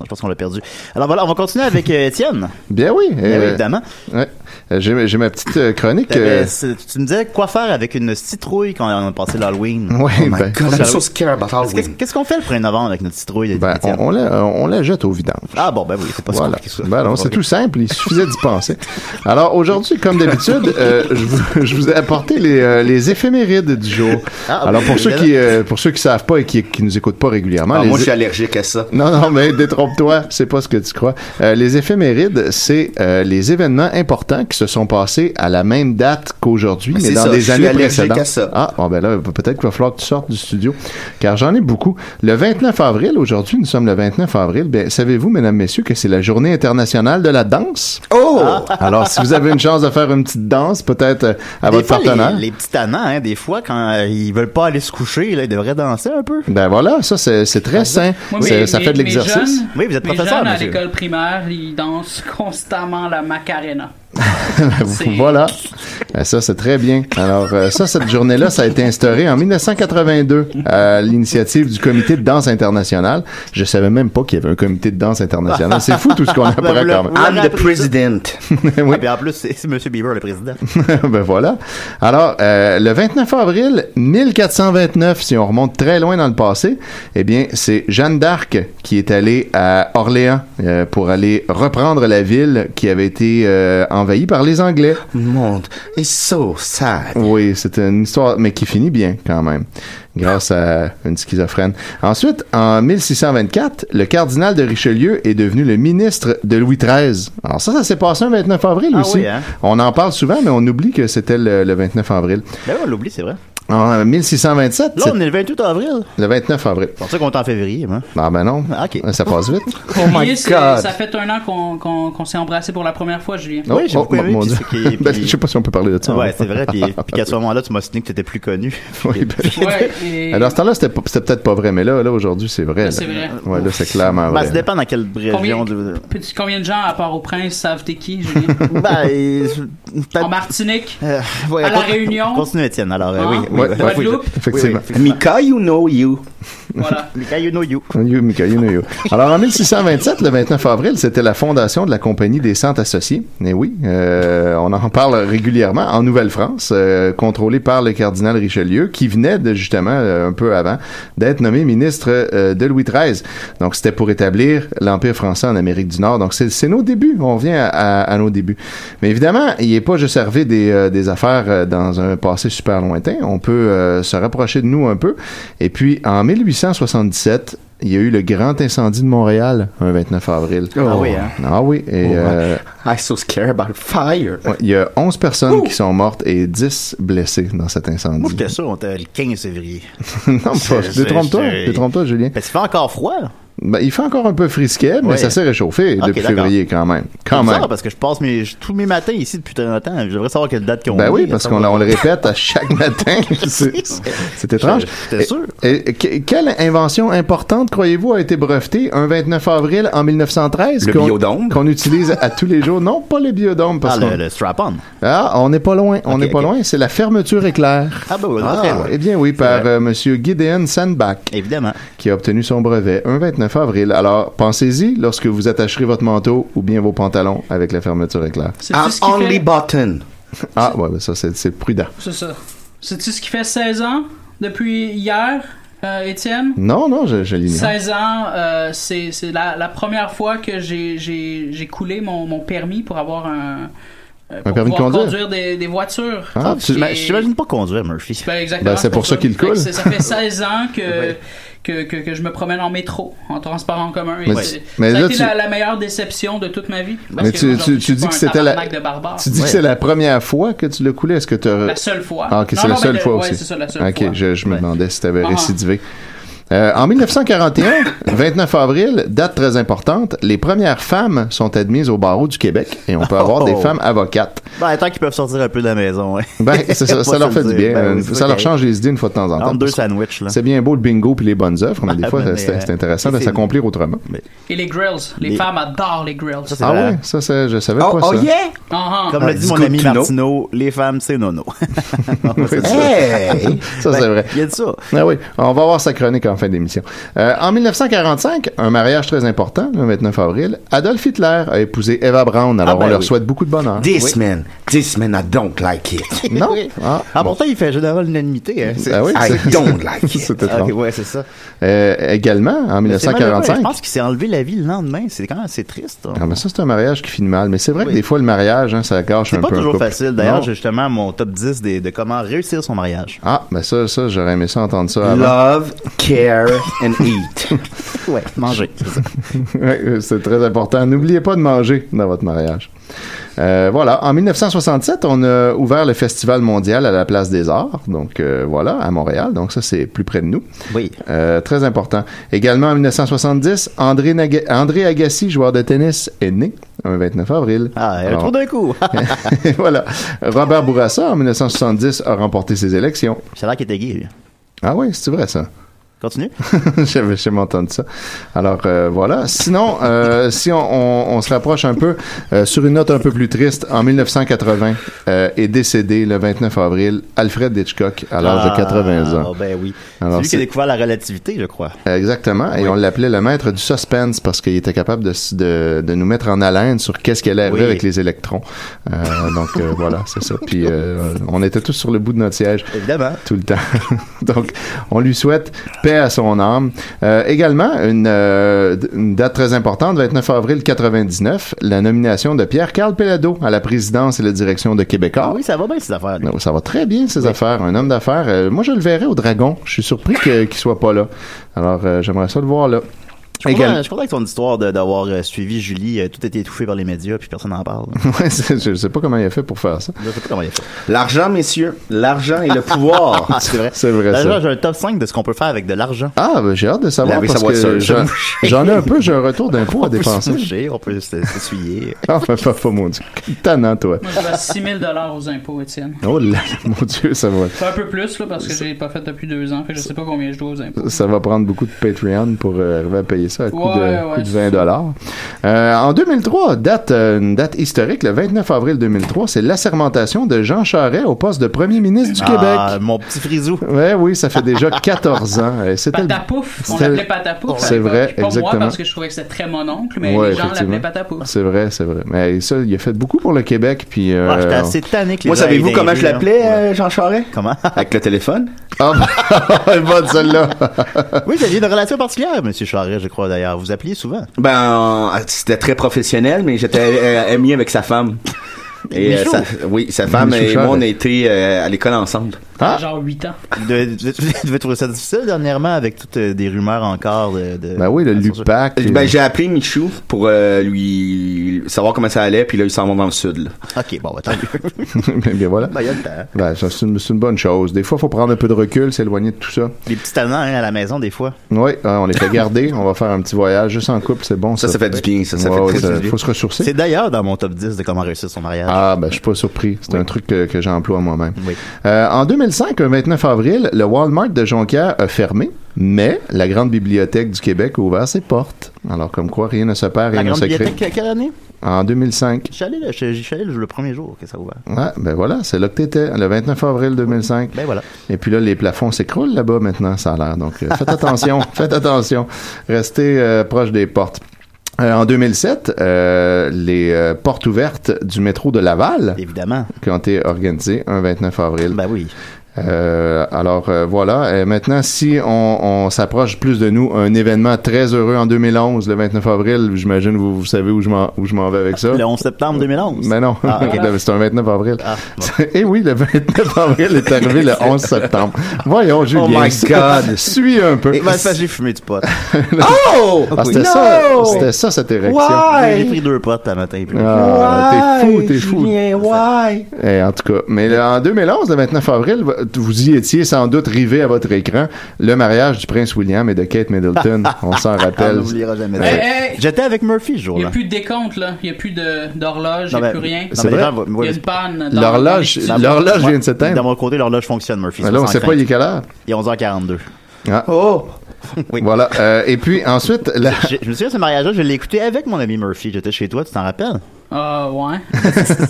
E: Je pense qu'on l'a perdu. Alors voilà, on va continuer avec euh, Étienne.
D: Bien oui.
E: Ben oui,
D: euh,
E: évidemment.
D: ouais. Euh, J'ai j'ai ma petite euh, chronique.
E: T'avais-
D: euh,
E: c'est- tu me disais quoi faire avec une citrouille quand on a passé l'Halloween. Oh
D: Ouais,
E: my
D: ben-
E: God,
F: I'm
E: Halloween.
F: so scared about
E: Parce que-
F: Halloween.
E: Qu'est-ce qu'on fait le 1er novembre avec notre citrouille,
D: ben,
E: Étienne?
D: on, on la, euh, on la jette au vidange.
E: Ah bon, ben oui, c'est pas
D: Voilà.
E: si compliqué que ça.
D: Ben non, c'est tout simple, il suffisait d'y penser. Alors aujourd'hui, comme d'habitude, euh, je, vous, je vous ai apporté les, euh, les éphémérides du jour.
F: Ah,
D: Alors pour
F: oui,
D: ceux
F: bien
D: qui euh, pour ceux qui savent pas et qui, qui nous écoutent pas régulièrement,
F: Ah,
D: les
F: moi, je suis
D: é-
F: allergique à ça.
D: non, non, mais détrompe-toi, c'est pas ce que tu crois. Euh, les éphémérides, c'est euh, les événements importants qui se sont passés à la même date qu'aujourd'hui,
F: Mais Ben, c'est
D: mais dans
F: ça, je
D: des
F: suis
D: années
F: allergique
D: précédentes.
F: à ça.
D: Ah, bon, ben là, peut-être qu'il va falloir que tu sortes du studio, car j'en ai beaucoup. Le 29 avril, aujourd'hui, nous sommes le 29 avril, ben, savez-vous, mesdames, messieurs, que c'est la journée internationale de la danse?
F: Oh!
D: Alors, si vous avez une chance de faire une petite danse, peut-être euh, à
E: Des
D: votre
E: fois,
D: partenaire.
E: Les, les petits tannants, hein, des fois, quand euh, ils veulent pas aller se coucher, là, ils devraient danser un peu.
D: Ben voilà, ça, c'est c'est très sain.
B: Moi,
D: C'est-
B: mes-
D: ça fait de
B: mes- mes
D: l'exercice.
B: jeunes-
E: Oui, vous êtes
B: mes
E: professeur,
B: jeunes à
E: monsieur.
B: l'école primaire, ils dansent constamment la Macarena.
D: Ben, vous- voilà. Ben, ça, c'est très bien. Alors, euh, ça, cette journée-là, ça a été instauré en 1982 à l'initiative du Comité de danse internationale. Je savais même pas qu'il y avait un comité de danse internationale. C'est fou tout ce qu'on
E: Ben,
D: apprend
E: vous l'a-
D: quand
E: vous l'avez
D: même.
E: I'm the appris, ça.
D: president. oui.
E: Ah, puis en plus, c'est c'est M. Bieber, le président.
D: ben voilà. Alors, euh, le 29 avril 1429, si on remonte très loin dans le passé, eh bien, c'est Jeanne d'Arc qui est allée à Orléans euh, pour aller reprendre la ville qui avait été euh, envahie par les Anglais. Monde est so sad. Oui, c'est une histoire, mais qui finit bien quand même, grâce à une schizophrène. Ensuite, en 1624, le cardinal de Richelieu est devenu le ministre de Louis XIII. Alors ça, ça s'est passé un 29 avril
E: Ah
D: aussi.
E: oui, hein?
D: On en parle souvent, mais on oublie que c'était le, le 29 avril.
E: Ben oui, on l'oublie, c'est vrai.
D: En 1627,
E: Là,
D: c'est
E: on est le 28 avril.
D: le 29 avril.
E: C'est pour ça qu'on est en février, moi.
D: Ah ben non, ça passe vite.
B: Oubliez, c'est- Ça fait un an qu'on qu'on- qu'on s'est embrassé pour la première fois, Julien.
D: Oh, oh, mon- mon Dieu. Ben, je sais pas si on peut parler de ça. hein.
E: Ouais, c'est vrai. Puis, puis qu'à ce moment-là, tu m'as signé que tu étais plus connu.
D: Oui, ben-
B: Ouais, et-
D: Alors, à ce temps-là, c'était pas- c'était peut-être pas vrai, mais là, là aujourd'hui, c'est
B: Là,
D: vrai. là.
B: c'est vrai.
D: Ouais, là, c'est clairement
E: Ben,
D: vrai.
E: ça dépend dans quelle
B: Combien,
E: région. de-
B: petit- combien de gens, à part au prince, savent t'es qui, Julien
E: Ben,
B: En Martinique
E: Euh, ouais,
B: À La
E: con-
B: Réunion?
E: Continue, Étienne. Alors, euh,
F: Ah.
B: Hein?
E: oui, oui,
D: Ouais,
E: oui,
D: ouais,
E: oui,
D: Guadeloupe?
E: oui,
D: ben Effectivement.
E: oui, oui.
D: Mika, you know you.
B: Voilà.
E: Mika, you know you.
D: You, Mika, you know you. Alors, en 1627, le 29 avril, c'était la fondation de la Compagnie des Cent Associés. Et oui, euh, on en parle régulièrement en Nouvelle-France, euh, contrôlée par le cardinal Richelieu, qui venait de, justement, euh, un peu avant, d'être nommé ministre euh, de Louis XIII. Donc, c'était pour établir l'Empire français en Amérique du Nord. Donc, c'est c'est nos débuts. On revient à, à- à nos débuts. Mais évidemment, il n'est pas juste servi des, euh, des affaires euh, dans un passé super lointain. On peut euh, se rapprocher de nous un peu. Et puis, en 1877, il y a eu le grand incendie de Montréal, un 29 avril.
F: Ah oui, hein?
D: Ah oui. Et,
F: Oh,
D: euh,
F: I'm so scared about fire.
D: ouais, il y a 11 personnes qui sont mortes et 10 blessés dans cet incendie.
E: Moi, j'étais sûr, on était le 15 février.
D: non, pas.
E: C'est-
D: Détrompe-toi,
E: c'est-
D: détrompe-toi, Julien.
E: Ben, tu fais encore froid, là.
D: Ben, il fait encore un peu frisquet, mais
E: Ouais.
D: ça s'est réchauffé
E: Ok,
D: depuis
E: d'accord.
D: février quand même. Quand
E: C'est
D: même.
E: bizarre, parce que je passe mes, tous mes matins ici depuis très longtemps. Je devrais savoir quelle date qu'on
D: Ben
E: est,
D: oui, parce
E: ça
D: qu'on
E: va.
D: on le répète à chaque matin. C'est- C'est étrange.
E: J'étais sûr.
D: Et- et que- quelle invention importante, croyez-vous, a été brevetée un 29 avril en 1913?
F: Le
D: qu'on-
F: biodôme?
D: Qu'on utilise à tous les jours. Non, pas le biodôme. Parce
E: Ah,
D: qu'on-
E: le, le strap-on.
D: Ah, on n'est pas loin. On n'est pas loin. C'est la fermeture éclair.
E: Ah, ben oui,
D: Ah,
E: très loin.
D: eh bien oui, par euh, Monsieur Gideon Sandbach.
E: Évidemment.
D: Qui a obtenu son brevet un 29 avril. Alors, pensez-y lorsque vous attacherez votre manteau ou bien vos pantalons avec la fermeture éclair.
B: C'est-tu I'm ce qu'il only fait?
D: button. Ah, ouais, ben ça, c'est c'est prudent.
B: C'est ça. C'est-tu ce qui fait 16 ans depuis hier, euh, Étienne
E: Mmh,
D: Non, non, je, je l'ignore.
B: 16 ans, euh, c'est c'est la, la première fois que j'ai- j'ai j'ai coulé mon, mon permis pour avoir un, euh, pour
E: permis de
B: pouvoir
E: conduire?
B: des, des voitures.
E: Ah, tu-
B: Et-
E: mais je t'imagine pas conduire, Murphy.
B: Ben, exactement,
E: Ben, c'est pour ça qu'il
B: Fait que
E: coule.
B: c'est- Ça fait 16 ans que, que, que, que je me promène en métro, en transport en commun. Et
D: Mais
B: c'est-
D: tu- mais
B: ça a
D: là,
B: été
D: tu-
B: la, la meilleure déception de toute ma vie. parce
D: Mais
B: que
D: tu,
B: aujourd'hui,
D: tu,
B: je suis
D: tu dis
B: pas
D: que
B: un
D: c'était la,
B: tabarnak de barbare.
D: tu dis que c'est la première fois que tu l'as coulé. Est-ce que tu
B: La seule fois.
D: Ah, ok,
B: Non,
D: c'est la
B: non,
D: seule
B: mais le-
D: fois
B: ouais,
D: aussi.
B: c'est ça, la seule
D: ok,
B: fois.
D: je, je me demandais si tu avais
B: Ah.
D: récidivé. Euh, en 1941, 29 avril, date très importante, les premières femmes sont admises au barreau du Québec et on peut avoir des
E: Oh.
D: femmes avocates.
E: Ben, tant qu'ils peuvent sortir un peu de la maison, ouais.
D: Ben, c'est ça, ça
E: Faut
D: leur
E: se
D: fait
E: le
D: du
E: dire.
D: bien.
E: Ben
D: Euh,
E: oui, c'est
D: ça leur
E: correct.
D: change les idées une fois de temps en temps.
E: Entre deux
D: parce que
E: sandwichs, là.
D: C'est bien beau le bingo puis les bonnes œuvres, mais des
E: Ah,
D: fois,
E: mais,
D: c'était
E: euh,
D: c'était intéressant de
E: c'est-
D: s'accomplir autrement.
B: Et les grills. Les
D: Les-
B: femmes adorent les grills.
D: ah ouais, ça, ça, je savais
B: Oh.
D: pas ça.
B: Ah, ah.
E: Oh, Comme
D: Ah,
E: l'a dit mon
D: Disco
E: ami
D: Tuno.
E: Martino, les femmes, c'est nono.
D: Oui, ça. Ça, c'est vrai.
E: Ben, Il y a de ça.
D: Ah oui, on va voir sa chronique en fin d'émission. Euh, en 1945, un mariage très important, le 29 avril, Adolf Hitler a épousé Eva Braun. Alors,
F: Ah ben
D: on leur
F: oui.
D: souhaite beaucoup de bonheur.
F: This
D: Oui.
F: man, this man, I don't like it.
D: Non. Ah,
E: Ah,
D: bon.
E: pourtant, il fait général l'unanimité. Hein. C'est-
D: Ah oui,
E: I
D: c'est-
E: don't like it.
D: C'est étrange.
E: Ah, ok, ouais, c'est ça.
D: Euh, également, en
E: Mais c'est malheureux,
D: 1945.
E: Je pense qu'il s'est enlevé la vie le lendemain. C'est quand même assez triste. hein.
D: Ah, mais ça, c'est un mariage qui finit mal. Mais c'est vrai que des fois, le mariage, hein, ça gâche
E: C'est
D: un
E: pas
D: peu un
E: toujours
D: couple.
E: facile. D'ailleurs,
D: Non.
E: j'ai justement mon top 10 des- de comment réussir son mariage.
D: Ah, ben ça, ça j'aurais aimé ça entendre ça avant.
F: Love, care and eat.
E: ouais, manger. c'est ça.
D: Ouais, euh, c'est très important. N'oubliez pas de manger dans votre mariage. Euh, voilà. En 1967, on a ouvert le Festival mondial à la Place des Arts. Donc, euh, voilà, à Montréal. Donc, ça, c'est plus près de nous.
E: Oui.
D: Euh, très important. Également, en 1970, André, Naga- André Agassi, joueur de tennis, est né un 29 avril.
E: Ah, un
D: Alors-
E: trou d'un coup.
D: voilà. Robert Bourassa, en 1970, a remporté ses élections.
E: C'est là qu'il était gay, lui.
D: Ah oui, c'est vrai, ça.
E: Continue.
D: J'avais jamais entendu ça. Alors euh, voilà. Sinon, euh, si on, on- on se rapproche un peu euh, sur une note un peu plus triste, en 1980 euh, est décédé le 29 avril Alfred Hitchcock à l'âge
E: Ah,
D: de 80 ans.
E: ben oui.
D: Alors,
E: c'est lui qui
D: c'est-
E: a découvert la relativité, je crois.
D: Euh, Exactement. Et on l'appelait le maître du suspense parce qu'il était capable de, s- de, de nous mettre en haleine sur qu'est-ce qui allait arriver
E: Oui.
D: avec les électrons. Euh, donc euh, voilà, c'est ça. Puis euh, on était tous sur le bout de notre siège.
E: Évidemment.
D: Tout le temps. donc on lui souhaite paix à son âme. Euh, également, une, euh, d- une date très importante, 29 avril 99, la nomination de Pierre-Carl Pelado à la présidence et la direction de Québécois.
E: Ah Oui, ça va bien, ces affaires.
D: Non, ça va très bien, ces affaires. Un homme d'affaires. euh, moi, je le verrais au Dragon. Je suis surpris que- qu'il soit pas là. Alors, euh, j'aimerais ça le voir là.
E: Je suis
D: Égal-
E: content- je suis content avec ton histoire de- d'avoir euh, suivi Julie. euh, tout était étouffé par les médias, puis personne n'en parle.
D: Ouais, c'est- je sais pas comment il a fait pour faire ça.
E: Je sais pas comment il a fait.
F: L'argent, messieurs. L'argent et le pouvoir.
E: Ah, c'est vrai.
D: C'est vrai,
E: Là,
D: ça.
E: j'ai un top 5 de ce qu'on peut faire avec de l'argent.
D: Ah, ben, j'ai hâte de savoir
E: Laver
D: parce
E: sa
D: que
E: voiture, se
D: j'en
E: moucher.
D: j'en ai un peu, j'ai un retour d'impôt à
E: On peut se
D: dépenser.
E: moucher, on peut se- s'essuyer.
D: Ah, ben, papa, mon Dieu. Tannant, toi.
B: Moi, je dois 6000 dollars aux impôts, Étienne.
D: Oh là, mon Dieu, ça va.
B: Fait un peu plus, là, parce que j'ai pas fait depuis deux ans. Fait que je sais pas combien je dois aux impôts.
D: Ça va prendre beaucoup de Patreon pour euh, arriver à payer ça à coût de,
B: Ouais, ouais,
D: coût de 20 dollars. Euh, en 2003, date, euh, une date historique, le 29 avril 2003, c'est l'assermentation de Jean Charest au poste de premier ministre du
E: Ah,
D: Québec.
E: mon petit frisou.
D: Ouais, oui, ça fait déjà 14 ans. Euh, C'était le-
B: Patapouf, on
D: c'était-
B: l'appelait Patapouf. à
D: C'est
B: l'époque.
D: vrai,
B: Pas
D: exactement.
B: moi, parce que je trouvais que c'était très mon oncle, mais
D: Ouais,
B: les gens
D: effectivement.
B: l'appelaient Patapouf.
D: C'est vrai, c'est vrai. Mais ça, il a fait beaucoup pour le Québec. Puis, euh,
E: Ah, j'étais assez tanné que les
F: Moi,
E: gens
F: savez-vous
E: aillent dans
F: comment
E: les
F: je
E: rues,
F: l'appelais, euh, Jean Charest?
E: Comment?
F: Avec le téléphone.
D: Ah, ben, bonne celle-là.
E: là. Oui, vous aviez une relation particulière, Monsieur Charret, je crois, d'ailleurs. Vous appeliez souvent.
F: Ben, euh, c'était très professionnel, mais j'étais euh, ami avec sa femme. Et euh,
E: Michou.
F: sa, oui, sa femme
E: Michou
F: et moi, on a
E: Charest.
F: été euh, à l'école ensemble.
E: Hein?
D: Ah.
B: Genre 8 ans.
E: Vous devez, vous devez- vous devez trouver ça difficile dernièrement avec toutes euh, des rumeurs encore de. de- Ah,
D: oui, le Lupac. euh,
F: Ben, j'ai appelé Michou pour euh, lui savoir comment ça allait, puis là, il s'en va dans le sud. là.
E: Ok, bon, bah, tant mieux.
D: mais bien voilà.
E: Ben, il y a le temps.
D: Ben, ça, c'est une, c'est une bonne chose. Des fois, il faut prendre un peu de recul, s'éloigner de tout ça.
E: Les petits talents hein, à la maison, des fois.
D: Oui, euh, on les fait garder. on va faire un petit voyage juste en couple, c'est bon. Ça,
E: ça fait du bien, ça, ça
D: Ouais,
E: fait
D: ouais,
E: très du bien.
D: faut se ressourcer.
E: C'est d'ailleurs dans mon top 10 de comment réussir son mariage.
D: Ah, ben, je suis pas surpris. C'est un truc que, que j'emploie moi-même. Euh, en 2005, le 29 avril, le Walmart de Jonquière a fermé, mais la Grande Bibliothèque du Québec a ouvert ses portes. Alors, comme quoi, rien ne se perd,
E: la
D: rien ne
E: grande
D: se crée.
E: bibliothèque, quelle année
D: En 2005.
E: J'y suis allé, là, j'y suis allé le premier jour que ça a ouvert.
D: Ouais, ben voilà, c'est là que t'étais, le 29 avril 2005.
E: Ben voilà.
D: Et puis là, les plafonds s'écroulent là-bas maintenant, ça a l'air. Donc, euh, faites attention, faites attention. Restez euh, proche des portes. Euh, en 2007, euh, les euh, portes ouvertes du métro de Laval,
E: évidemment,
D: qui ont été organisées un 29 avril.
E: Ben oui.
D: alors euh, voilà, Euh, maintenant si on, on s'approche plus de nous, un événement très heureux en 2011, le 29 avril, j'imagine vous, vous savez où je m'en où je m'en vais avec ça.
E: Le 11 septembre 2011.
D: Mais non,
E: Ah, ok. Ah,
D: Le- c'est un 29 avril. Et oui, le 29 avril est arrivé le 11 septembre. Voyons, Julien.
E: Oh my God.
D: Suis un peu.
E: Et ben, c'est parce que j'ai fumé du pot.
F: oh!
D: Ah, c'était ça, c'était ça, cette érection.
E: J'ai pris deux potes le matin. puis-
D: Ah, t'es fou, t'es fou.
F: why?
D: Eh, en tout cas, mais le- en 2011, le 29 avril, v- vous y étiez sans doute rivé à votre écran le mariage du prince William et de Kate Middleton. On s'en
E: On
D: rappelle.
E: n'oubliera jamais.
B: Hey,
E: ça.
B: hey!
E: J'étais avec Murphy ce
B: Il n'y
E: jour-là.
B: a plus de décompte, là. Il n'y a plus de- d'horloge, il
E: Non,
B: n'y a
E: mais-
B: plus rien.
E: non, mais les gens vont-
B: Il y a une panne. dans- dans les-
D: l'horloge vient de s'éteindre.
E: De mon côté, l'horloge fonctionne, Murphy.
D: Mais là, on sait pas, il est quelle heure? Ah.
E: Il est 11h42.
F: Oh!
D: Voilà. Euh, et puis ensuite, la-
E: Je, je me souviens de ce mariage-là, je l'ai écouté avec mon ami Murphy. J'étais chez toi, tu t'en rappelles?
B: Ah, ouais.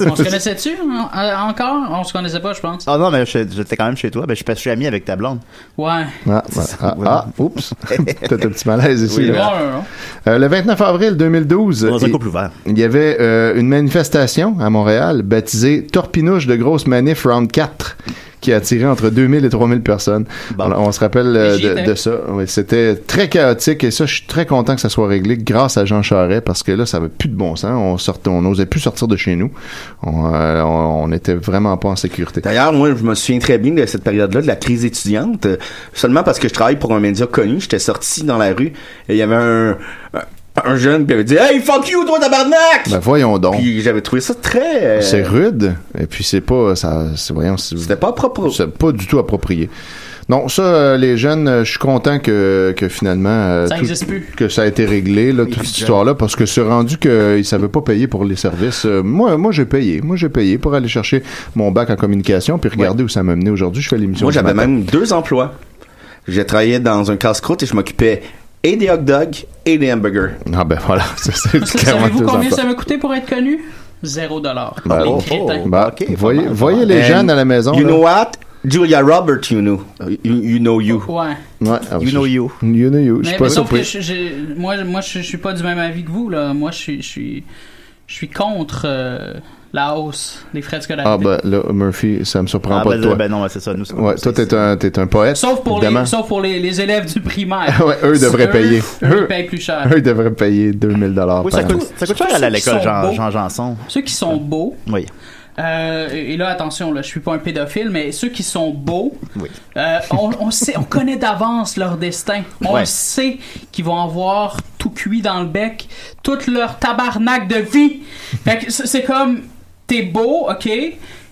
B: On se connaissait-tu hein, euh, encore? On se connaissait pas, je pense.
E: Ah non, mais je- j'étais quand même chez toi. Ben, je, suis- je suis ami avec ta blonde.
B: Ouais.
D: Ah, bah, ah, ah, oups. Peut-être un petit malaise ici.
E: Oui, hein.
D: là.
E: non,
B: non, non.
D: Euh, le 29 avril 2012,
E: Dans un
D: il-
E: couple ouvert.
D: il y avait euh, une manifestation à Montréal baptisée Torpinouche de grosse manif round 4 qui a attiré entre 2000 et 3000 personnes. Alors, on se rappelle euh,
E: J'y
D: de,
E: étais.
D: de ça. Oui, C'était très chaotique et ça, je suis très content que ça soit réglé grâce à Jean Charest parce que là, ça avait plus de bon sens. On sortait, on n'osait plus sortir de chez nous. On, euh, on, on était vraiment pas en sécurité.
F: D'ailleurs, moi, je me souviens très bien de cette période-là, de la crise étudiante. Euh, Seulement parce que je travaille pour un média connu, j'étais sorti dans la rue et il y avait un, un- un jeune qui avait dit Hey, fuck you, toi, tabarnak!
D: Ben voyons donc.
F: Puis j'avais trouvé ça très. euh,
D: C'est rude, et puis c'est pas, ça, c'est- voyons, c'était
F: pas propre.
D: C'est pas du tout approprié. Non, ça, euh, les jeunes, euh, je suis content que, que finalement euh,
B: Ça
D: tout-
B: existe plus.
D: que ça a été réglé là, toute cette histoire-là, parce que c'est rendu qu'ils savaient pas payer pour les services. Euh, moi, moi j'ai payé, moi j'ai payé pour aller chercher mon bac en communication, puis regarder où ça m'a mené aujourd'hui. Je fais l'émission.
F: Moi,
D: ce
F: j'avais
D: matin.
F: même deux emplois. je travaillais dans un casse-croûte et je m'occupais et des hot dogs et des hamburgers.
D: Ah ben voilà, ça, c'est clairement
B: Savez-vous
D: deux
B: combien
D: emplois.
B: ça m'a coûté pour être connu? Zéro dollar.
D: Ben,
B: Les
D: oh,
B: crétins.
D: oh, ben, voyez, voyez les
F: And
D: jeunes à la maison.
F: You
D: là.
F: know what? Julia Roberts, you know. You, you know you.
B: Ouais.
D: Ouais, ah,
F: You
D: je-
F: know you.
D: You know you. Je suis
B: Mais,
D: pas
B: mais sauf que
D: surpris.
B: je- j'ai- moi, moi je, je suis pas du même avis que vous. Là. Moi, je suis, je suis, je suis contre euh, la hausse des frais de scolarité.
D: Ah ben là, Murphy, ça me surprend
E: Ah,
D: pas
E: ben,
D: de toi.
E: ben non, ouais, c'est ça, nous, c'est-
D: Ouais, toi t'es un, t'es un poète.
B: Sauf pour,
D: évidemment.
B: les, sauf pour les, les élèves du primaire.
D: Ouais, eux devraient payer.
B: Eux,
D: Eux-
B: ils payent plus cher.
D: Eux devraient payer 2000 dollars
B: Oui,
D: par
B: ça
D: an.
B: coûte- ça coûte cher aller à l'école, Jean- Jean
E: Janson.
B: Ceux qui sont beaux.
E: Oui.
B: euh, et et là, attention, là, je suis pas un pédophile, mais ceux qui sont beaux,
E: Oui.
B: euh, on, on sait, on connaît d'avance leur destin. On
E: Ouais.
B: le sait qu'ils vont avoir tout cuit dans le bec, toute leur tabarnak de vie. Fait que c- c'est comme, t'es beau, ok,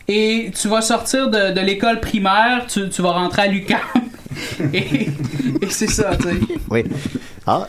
B: et tu vas sortir de, de l'école primaire, tu, tu vas rentrer à l'UQAM. et et c'est ça, tu sais.
E: Oui. Ah.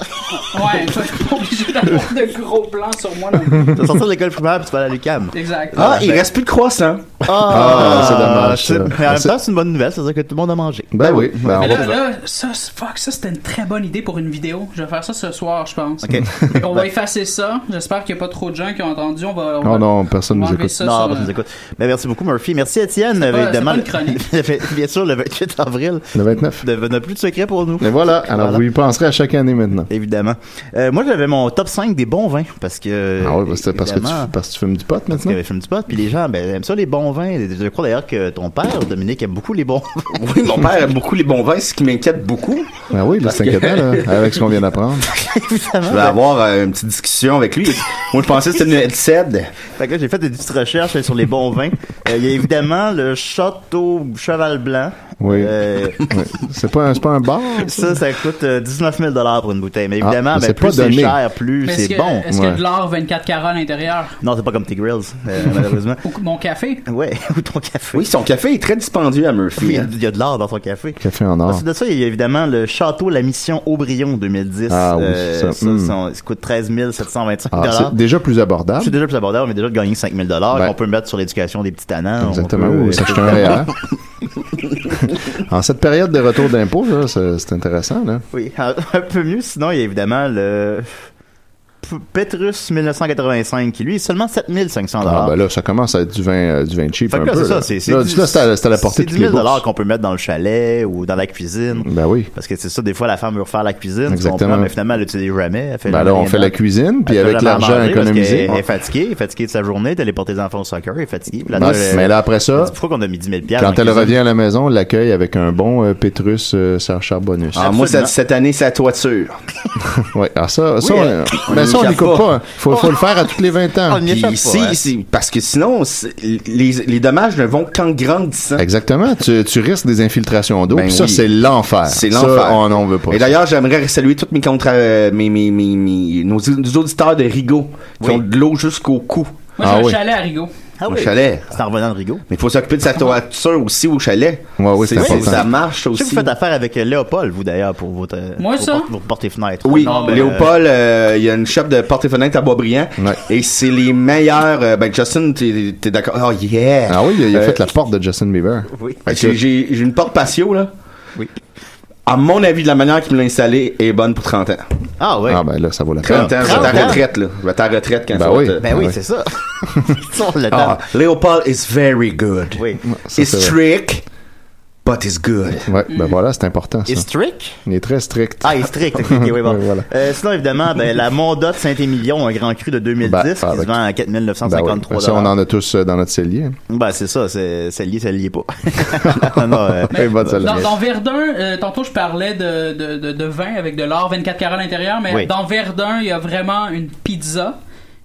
B: Ouais, je suis pas obligé d'avoir de gros plans sur moi. non plus.
E: Tu vas sortir de l'école primaire puis tu vas aller à l'UCAM.
B: Exact.
F: Ah, il reste plus de croissants.
D: Ah, c'est dommage, ça. Ah,
E: Mais en même
D: C'est-
E: temps, c'est une bonne nouvelle, c'est-à-dire que tout le monde a mangé.
D: Ben oui, ben,
B: Mais
D: on
B: là,
D: va-
B: là, ça, c'est- fuck, ça c'était une très bonne idée pour une vidéo. Je vais faire ça ce soir, je pense.
E: Ok.
B: on va effacer ça. J'espère qu'il n'y a pas trop de gens qui ont entendu. On va, on va-
D: Ben- Non, non, personne
B: on va
D: nous
B: enlever
D: écoute.
B: ça
E: non,
B: sur- euh,
E: parce que nous écoute. Ben, merci beaucoup, Murphy. Merci, Étienne.
B: C'est pas-
E: évidemment,
B: c'est pas une
E: le- bien sûr, le 28 avril.
D: Le 29.
E: n'a plus de secret pour nous.
D: Et voilà, alors vous y penserez à chaque année maintenant.
E: Évidemment. Euh, moi, j'avais mon top 5 des bons vins parce que.
D: Ah oui, parce que, parce que tu,
E: évidemment,
D: parce que tu fumes du pot
E: parce
D: maintenant.
E: que je fume du pot, puis les gens ben, aiment ça, les bons vins. Je crois d'ailleurs que ton père, Dominique, aime beaucoup les bons vins.
F: Oui, mon père aime beaucoup les bons vins, ce qui m'inquiète beaucoup.
D: Ben oui, là, c'est
F: Parce que-
D: inquiétant,
E: Bah.
D: là, avec ce qu'on vient d'apprendre.
F: Je vais avoir euh, une petite discussion avec lui. Moi, je pensais que c'était une SED.
E: Fait que là, j'ai fait des petites recherches euh, sur les bons vins. Euh, Il y a évidemment le Château Cheval Blanc.
D: Oui.
E: Euh,
D: Ouais. C'est pas, un- c'est pas un bar?
E: Ça, ça coûte euh, 19 000 pour une bouteille. Mais
D: Ah,
E: évidemment,
D: mais
E: ben,
D: c'est
E: plus
D: pas
E: c'est
D: donné.
E: cher, plus
B: Mais est-ce
E: c'est
B: que-
E: bon.
B: Est-ce qu'il y a de l'or 24 carats à l'intérieur
E: Non, c'est pas comme tes grills, euh, malheureusement.
B: Ou mon café
E: Ouais, ou ton café.
F: Oui, son café est très dispendieux à Murphy. hein.
E: Il y a, il y a de l'or dans son café.
D: Café en or.
E: Ensuite de ça, il y a évidemment le Château La Mission Aubryon 2010.
D: Ah oui, ça, hmm.
E: Euh, ça, ça coûte 13 725
D: Ah, c'est déjà plus abordable.
E: C'est déjà plus abordable, mais déjà de gagner 5 000
D: Ben.
E: qu'on peut mettre sur l'éducation des petits tannants. on
D: Exactement,
E: peut-
D: ou s'acheter un REER. En cette période de retour d'impôts, là, c'est c'est intéressant. Là.
E: Oui, un un peu mieux. Sinon, il y a évidemment le P- Petrus 1985 qui, lui, est seulement 7500
D: Ah, ben là, ça commence à être du vin, euh, du vin cheap
E: Fait que
D: un
E: là,
D: peu.
E: c'est ça.
D: là.
E: C'est
D: Là,
E: c'est
D: là, c'est à, c'est à la portée
E: c'est
D: de
E: 10
D: toutes les
E: 000
D: bourses.
E: qu'on peut mettre dans le chalet ou dans la cuisine.
D: Ben oui.
E: Parce que c'est ça, des fois, la femme veut refaire la cuisine.
D: Exactement.
E: Tu comprends, mais finalement, elle l'utilise jamais. Elle fait
D: Ben
E: jamais
D: là, on
E: rien
D: fait la
E: d'autre.
D: cuisine, puis
E: Elle fait
D: avec
E: jamais à
D: l'argent
E: manger parce
D: économisé.
E: qu'elle est fatiguée, elle est fatiguée de sa journée, d'aller porter les enfants au soccer, elle est fatiguée. Puis
D: Ben, mais là, après ça,
E: elle dit, pourquoi qu'on a mis 10 000 dans
D: Quand
E: la
D: elle
E: cuisine?
D: revient à la maison, on l'accueille avec un bon euh, Petrus euh, Serge Charbonus.
F: Ah, moi, cette, cette année, c'est la toiture.
D: ouais, ah, ça, ça,
F: Oui,
D: on-
F: euh, on
D: ben, ça, on
F: l'échappe
D: n'y coupe
F: pas.
D: pas. hein. Faut, faut le faire à tous les 20 ans.
F: Puis si-
B: hein.
F: si- parce que sinon, c'est- les, les dommages ne vont qu'en grandissant.
D: Exactement. Tu, tu risques des infiltrations d'eau.
F: Ben
D: puis ça,
F: oui.
D: c'est l'enfer.
F: C'est
D: Ça,
F: l'enfer.
D: On n'en veut pas.
F: Et d'ailleurs, j'aimerais saluer tous mes contre, euh, mes, mes, mes, mes- nos, nos auditeurs de Rigaud qui ont de l'eau jusqu'au cou.
B: Moi,
D: Ah
B: j'ai un chalet à Rigaud.
E: Ah
F: Au
E: oui.
F: chalet.
E: C'est en revenant de Rigaud.
F: Mais il faut s'occuper de sa toiture aussi au chalet.
D: Ouais, oui, c'est important.
F: Ça marche
E: Je sais
F: aussi.
E: que vous faites affaire avec euh, Léopold, vous d'ailleurs, pour votre. euh,
B: Moi,
E: pour
B: ça?
E: porte- Pour porter ben, fenêtre.
B: Ah
F: Oui, Léopold, euh, il y a une shop de porte et fenêtres à Boisbriand. Et c'est les meilleurs. euh, ben, Justin, t'es t'es d'accord? Oh, yeah!
D: Ah oui, il a, il a
F: Euh,
D: fait la porte de Justin Bieber.
E: Oui.
F: Fait que J'ai j'ai- j'ai une porte patio, là.
E: Oui.
F: À mon avis, de la manière qu'il me l'a installée est bonne pour 30 ans.
E: Ah oui.
D: Ah ben là, ça vaut la peine.
F: 30 ans, je vais à
E: 30
F: la
E: ans?
F: retraite, là. Je vais à ta retraite quand
D: Ben
F: ça va
D: oui.
F: te-
E: Ben oui,
D: Ah oui.
E: c'est ça. Sur le temps.
F: Ah, Léopold is very good.
E: Oui.
D: Ça,
F: it's
D: c'est vrai.
F: trick, but it's good.
D: Ouais, ben voilà, c'est important. Ça.
E: Et Strick?
D: Il est très strict.
E: Ah, il est strict. ok, ok, oui, bon.
D: Ouais, voilà.
E: Euh, sinon, évidemment, ben, la Mondotte Saint-Émilion, un grand cru de 2010,
D: Ben,
E: qui se
D: avec-
E: vend à 4
D: Ben oui.
E: 953
D: Ça, on en a tous euh, dans notre cellier. hein.
E: Ben, c'est ça, c'est c'est lié, c'est lié pas. non, non, euh,
D: Eh, bonne celle-là.
B: Dans, dans Verdun, euh, tantôt je parlais de, de, de, de vin avec de l'or 24 carats à l'intérieur, mais
E: Oui.
B: dans Verdun, il y a vraiment une pizza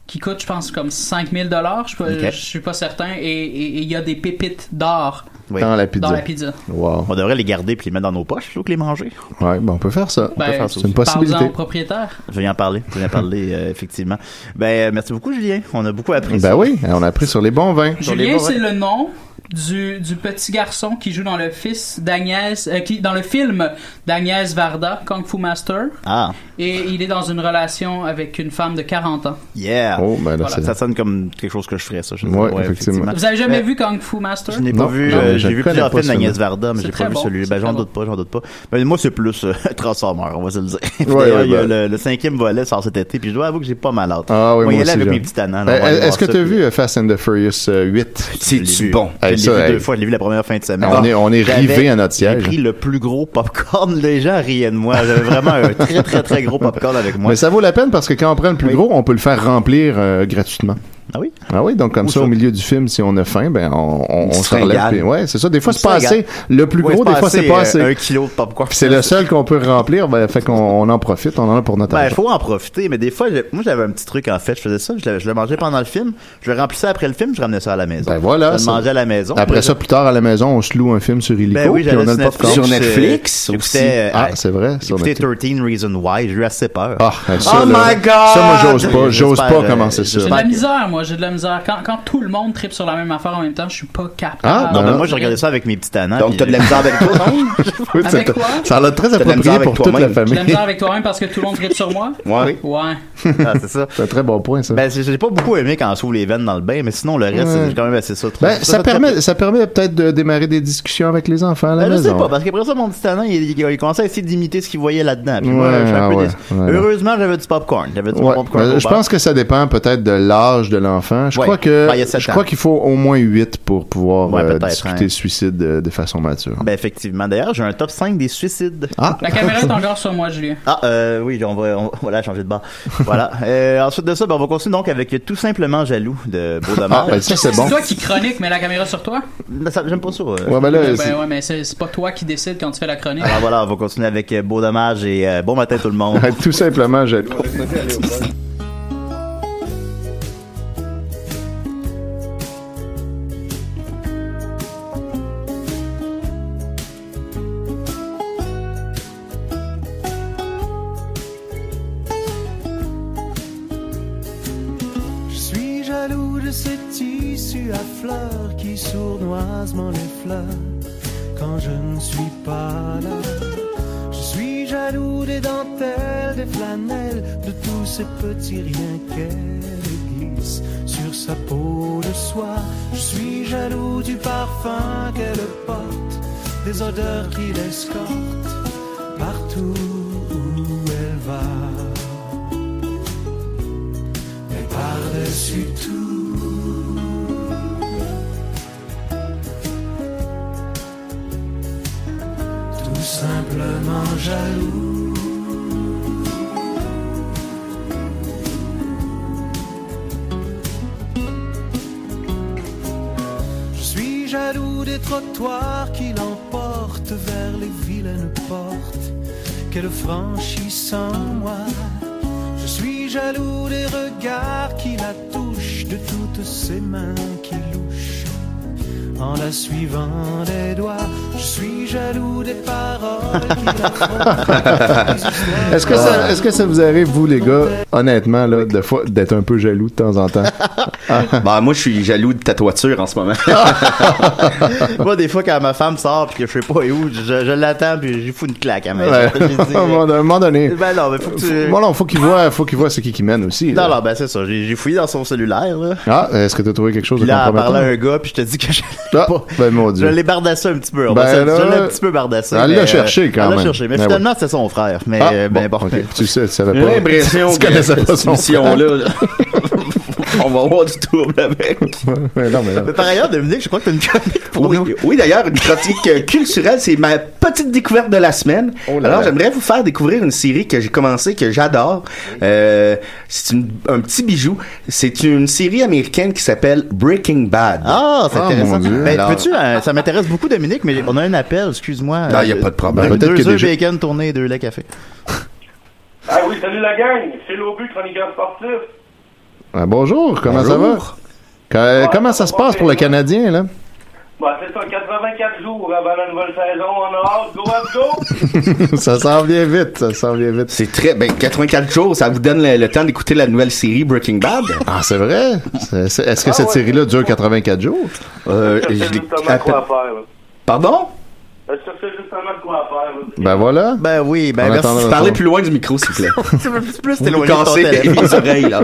B: qui coûte, je pense, comme 5000 dollars. Je, peux-
E: Ok.
B: je suis pas certain. Et et- et il y a des pépites d'or
E: oui.
D: Dans la pizza.
B: dans la pizza.
D: Wow.
E: On devrait les garder puis les mettre dans nos poches plutôt que les manger.
D: Ouais, ben on peut faire ça.
B: Ben,
E: faire ça
D: c'est
E: aussi.
D: une
B: Parle-en
D: possibilité.
B: au propriétaire.
E: Je vais y en parler, je vais y en parler, euh, effectivement. Ben, euh, merci beaucoup, Julien. On a beaucoup appris
D: Ben oui, on a appris sur les bons vins.
E: Sur les
B: Julien,
E: bons vins.
B: c'est le nom. du, du petit garçon qui joue dans le fils d'Agnès, euh, qui- dans le film d'Agnès Varda, Kung Fu Master.
E: Ah,
B: Et il est dans une relation avec une femme de 40 ans.
E: yeah.
D: Oh, ben là,
E: Voilà.
D: c'est-
E: Ça sonne comme quelque chose que je ferais, ça. Je sais
D: Ouais,
E: pas,
D: effectivement.
B: Vous avez jamais
E: Euh,
B: vu Kung Fu Master
E: Je n'ai pas vu,
D: non,
E: euh,
D: je
E: j'ai
D: le
E: vu
D: connais
E: plusieurs
D: pas,
E: films d'Agnès
D: celui-là.
E: Varda, mais
B: C'est
E: j'ai
B: très
E: pas vu
B: bon,
E: celui-là.
B: c'est
E: Ben,
B: très
E: j'en
B: bon.
E: doute pas, j'en doute pas. Ben, moi, c'est plus euh, Transformer, on va se le dire. Puis
D: Ouais,
E: D'ailleurs, il y a
D: ouais,
E: le, le cinquième volet sort cet été, puis je dois avouer que j'ai pas mal hâte.
D: Ah
E: moi,
D: oui, moi
E: il est là
D: aussi,
E: avec
D: j'aime.
E: mes petits tannants.
D: Euh, Est-ce que tu as vu euh, Fast and the Furious euh, 8
E: C'est bon. Je l'ai
D: Hey,
E: vu
D: ça,
E: deux
D: hey.
E: fois, je l'ai vu la première fin de semaine.
D: On est- on est
E: J'avais-
D: rivés à notre
E: J'ai
D: siège.
E: pris le plus gros popcorn, les gens riaient de moi. J'avais vraiment un très, très, très gros popcorn avec moi.
D: Mais ça vaut la peine parce que quand on prend le plus gros, on peut le faire remplir euh, gratuitement.
E: Ah oui?
D: Ah oui, donc comme ça, au milieu du film, si on a faim, ben on, on, on
E: Une
D: se relève.
E: fringale.
D: puis- ouais, c'est ça. Des fois, c'est
E: Une
D: pas assez.
E: fringale.
D: Le plus
E: Ouais,
D: gros, des fois, c'est pas
E: euh, Un
D: assez.
E: kilo de popcorn.
D: Puis c'est le seul qu'on peut remplir, ben, fait qu'on on en profite, on en a pour notre
E: Ben,
D: argent.
E: faut en profiter, mais des fois, je- moi, j'avais un petit truc, en fait. Je faisais ça, je, l'avais- je le mangeais pendant le film, je le remplissais après le film, je ramenais ça à la maison. Ben
D: voilà,
E: Je
D: ça.
E: le mangeais à la maison.
D: Après ça, plus tard à la maison, on se loue un film sur Illico,
E: ben oui,
D: puis
E: j'allais
D: on a le popcorn.
E: euh, j'écoutais, euh,
D: Ah, c'est vrai. sur
E: J'écoutais
D: Netflix.
E: 13 Reasons Why, j'ai eu assez peur.
D: Ah, hey,
E: Oh
D: ça, là, ça, moi, j'ose pas- j'ose pas
E: J'espère, euh,
D: commencer ça.
B: J'ai de
E: j'espère
B: la
E: que-
B: misère, moi, j'ai de la misère. Quand, quand tout le monde tripe sur la même affaire en même temps, je suis pas capable.
D: Ah,
E: non, ben, moi, je regardais ça avec mes petits euh, tannants.
D: Donc, t'as de la misère
E: avec
D: toi, non? Oui,
B: Avec
D: c'est-
B: quoi?
D: Ça a l'air très
E: T'as de la misère
D: approprié
E: avec
D: pour toute la
E: toi-même.
B: J'ai de la
D: famille.
B: misère avec toi-même parce que tout le monde tripe sur moi?
E: Ouais.
B: Ouais.
E: Ah, c'est ça.
D: C'est un très bon point, ça.
E: Ben, j'ai j'ai pas beaucoup aimé quand on s'ouvre les veines dans le bain, mais sinon, le reste,
D: Ouais.
E: c'est quand même assez ça.
D: Ben, ça, permet, ça permet peut-être de démarrer des discussions avec les enfants à la
E: Ben, je
D: maison.
E: sais pas, parce qu'après ça, mon petit talent, il, il, il commençait à essayer d'imiter ce qu'il voyait là-dedans. Puis moi,
D: Ouais,
E: je suis un
D: ah
E: peu
D: ouais,
E: déçu.
D: ouais.
E: Heureusement, j'avais du popcorn. J'avais du
D: Ouais,
E: popcorn.
D: ben,
E: au
D: je
E: bar.
D: pense que ça dépend peut-être de l'âge de l'enfant. Je
E: Ouais.
D: crois que
E: Ben, il y a sept
D: je
E: ans.
D: crois qu'il faut au moins 8 pour pouvoir
E: Ouais,
D: euh,
E: peut-être,
D: discuter
E: hein.
D: suicide euh, de façon mature.
E: Ben, effectivement. D'ailleurs, j'ai un top 5 des suicides.
D: Ah!
B: La caméra est encore sur moi, Julien.
E: Ah, euh, oui, on va, on, voilà, changer de barre. voilà. Euh, ensuite de ça, ben, on va continuer donc avec Tout simplement jaloux de Beau
D: Ah, ben, ça, c'est bon.
B: toi qui chronique, mais la caméra sur toi?
E: J'aime pas ça. euh.
D: Ouais, ben là, c'est-
B: ben ouais, mais c'est c'est pas toi qui décide quand tu fais la chronique.
E: Alors Ah, voilà, on va continuer avec euh, Beau dommage et euh, bon matin tout le monde.
D: Tout simplement, j'ai...
K: Je suis jaloux de ce tissu à fleurs qui sournoisement l'effleure quand je ne suis pas là. Je suis jaloux des dentelles, des flanelles, de tous ces petits riens qu'elle glisse sur sa peau de soie. Je suis jaloux du parfum qu'elle porte, des odeurs qui l'escortent partout où elle va. Mais par-dessus tout, tout simplement jaloux. Je suis jaloux des trottoirs qui l'emportent vers les vilaines portes qu'elle franchit sans moi. Je suis jaloux des regards qui la touchent, de toutes ses mains qui louchent en la suivant des doigts. Je suis jaloux des paroles qui la font.
D: Est-ce
E: Ah.
D: que, ça, est-ce que ça vous arrive, vous, les gars, honnêtement, là, de fois, d'être un peu jaloux de temps en temps? Ah.
F: Ben, moi, je suis jaloux de ta toiture en ce moment.
E: Moi, des fois, quand ma femme sort puis que je sais pas où, je, je l'attends puis j'y fous une claque à ma
D: Ouais.
E: Je dis,
D: à un moment- à un moment donné.
E: Ben non, mais faut que tu.
D: Bon, non, faut qu'il voit, faut qu'il voit ce qui qui mène aussi. là.
E: Non, non, ben c'est ça. J'ai j'ai fouillé dans son cellulaire, là.
D: Ah, est-ce que t'as trouvé quelque chose
E: Puis
D: de
E: là, elle
D: compromettant?
E: parlait à un gars, puis je te dis que je,
D: Ah, ben, mon
E: je
D: Dieu.
E: l'ai bardassé un petit peu. on
D: Ben
E: va se-
D: là,
E: je l'ai un petit peu bardassé.
D: elle
E: mais,
D: l'a
E: euh,
D: cherché, quand
E: Elle
D: même.
E: l'a cherché, mais
D: Ben
E: finalement, c'est son frère. Mais
D: Ah,
E: euh, ben, bon.
D: ok. Tu sais, tu savais
E: J'ai
D: pas.
E: l'impression
D: tu
E: que
D: connaissais pas
E: cette
D: son
E: mission-là, là,
F: on va avoir du trouble avec.
D: mais non, mais non.
E: Mais par ailleurs, Dominique, je crois que t'as une chronique pour
F: oui,
E: nous.
F: oui, d'ailleurs, une critique euh, culturelle, c'est ma petite découverte de la semaine.
E: Oh là
F: Alors,
E: là.
F: j'aimerais vous faire découvrir une série que j'ai commencé, que j'adore. Euh, c'est une- un petit bijou. C'est une série américaine qui s'appelle Breaking Bad.
E: Ah, c'est
F: Ah,
D: Oh,
E: intéressant.
F: mon Dieu.
E: Ben,
F: Alors-
E: peux-tu, euh, ça m'intéresse beaucoup, Dominique, mais on a un appel, excuse-moi. euh,
F: Non, y a pas de problème.
D: Ben,
E: Deux,
F: Peut-être que
E: deux œufs
F: déjà-
E: bacon tournés et deux laits café.
M: Ah oui, salut la gang, c'est Lobu, chroniqueur sportif.
D: Ah, bonjour, comment ça va?
M: Bonjour. Ah,
D: Que- comment ça se passe pour le Canadien, là?
M: Bah, c'est ça, 84 jours avant la nouvelle saison. On a hâte. Go, up, go!
D: ça s'en vient vite, ça s'en vient vite.
F: C'est très, ben, 84 jours, ça vous donne le, le temps d'écouter la nouvelle série Breaking Bad.
D: Ah, c'est vrai? C'est- c'est- Est-ce que
E: Ah
D: cette série-là dure 84 jours?
F: Euh, je
M: C'est justement quoi à faire, là.
F: Pardon?
M: Euh, Ça, c'est justement de quoi à faire, là.
D: Ben voilà.
F: Ben oui,
D: On
F: ben merci.
D: attendra
F: Parlez
D: longtemps.
F: plus loin du micro, s'il vous plaît.
E: plus
F: Vous
E: t'éloigner de ton
F: cassez
E: téléphone.
F: les oreilles, là.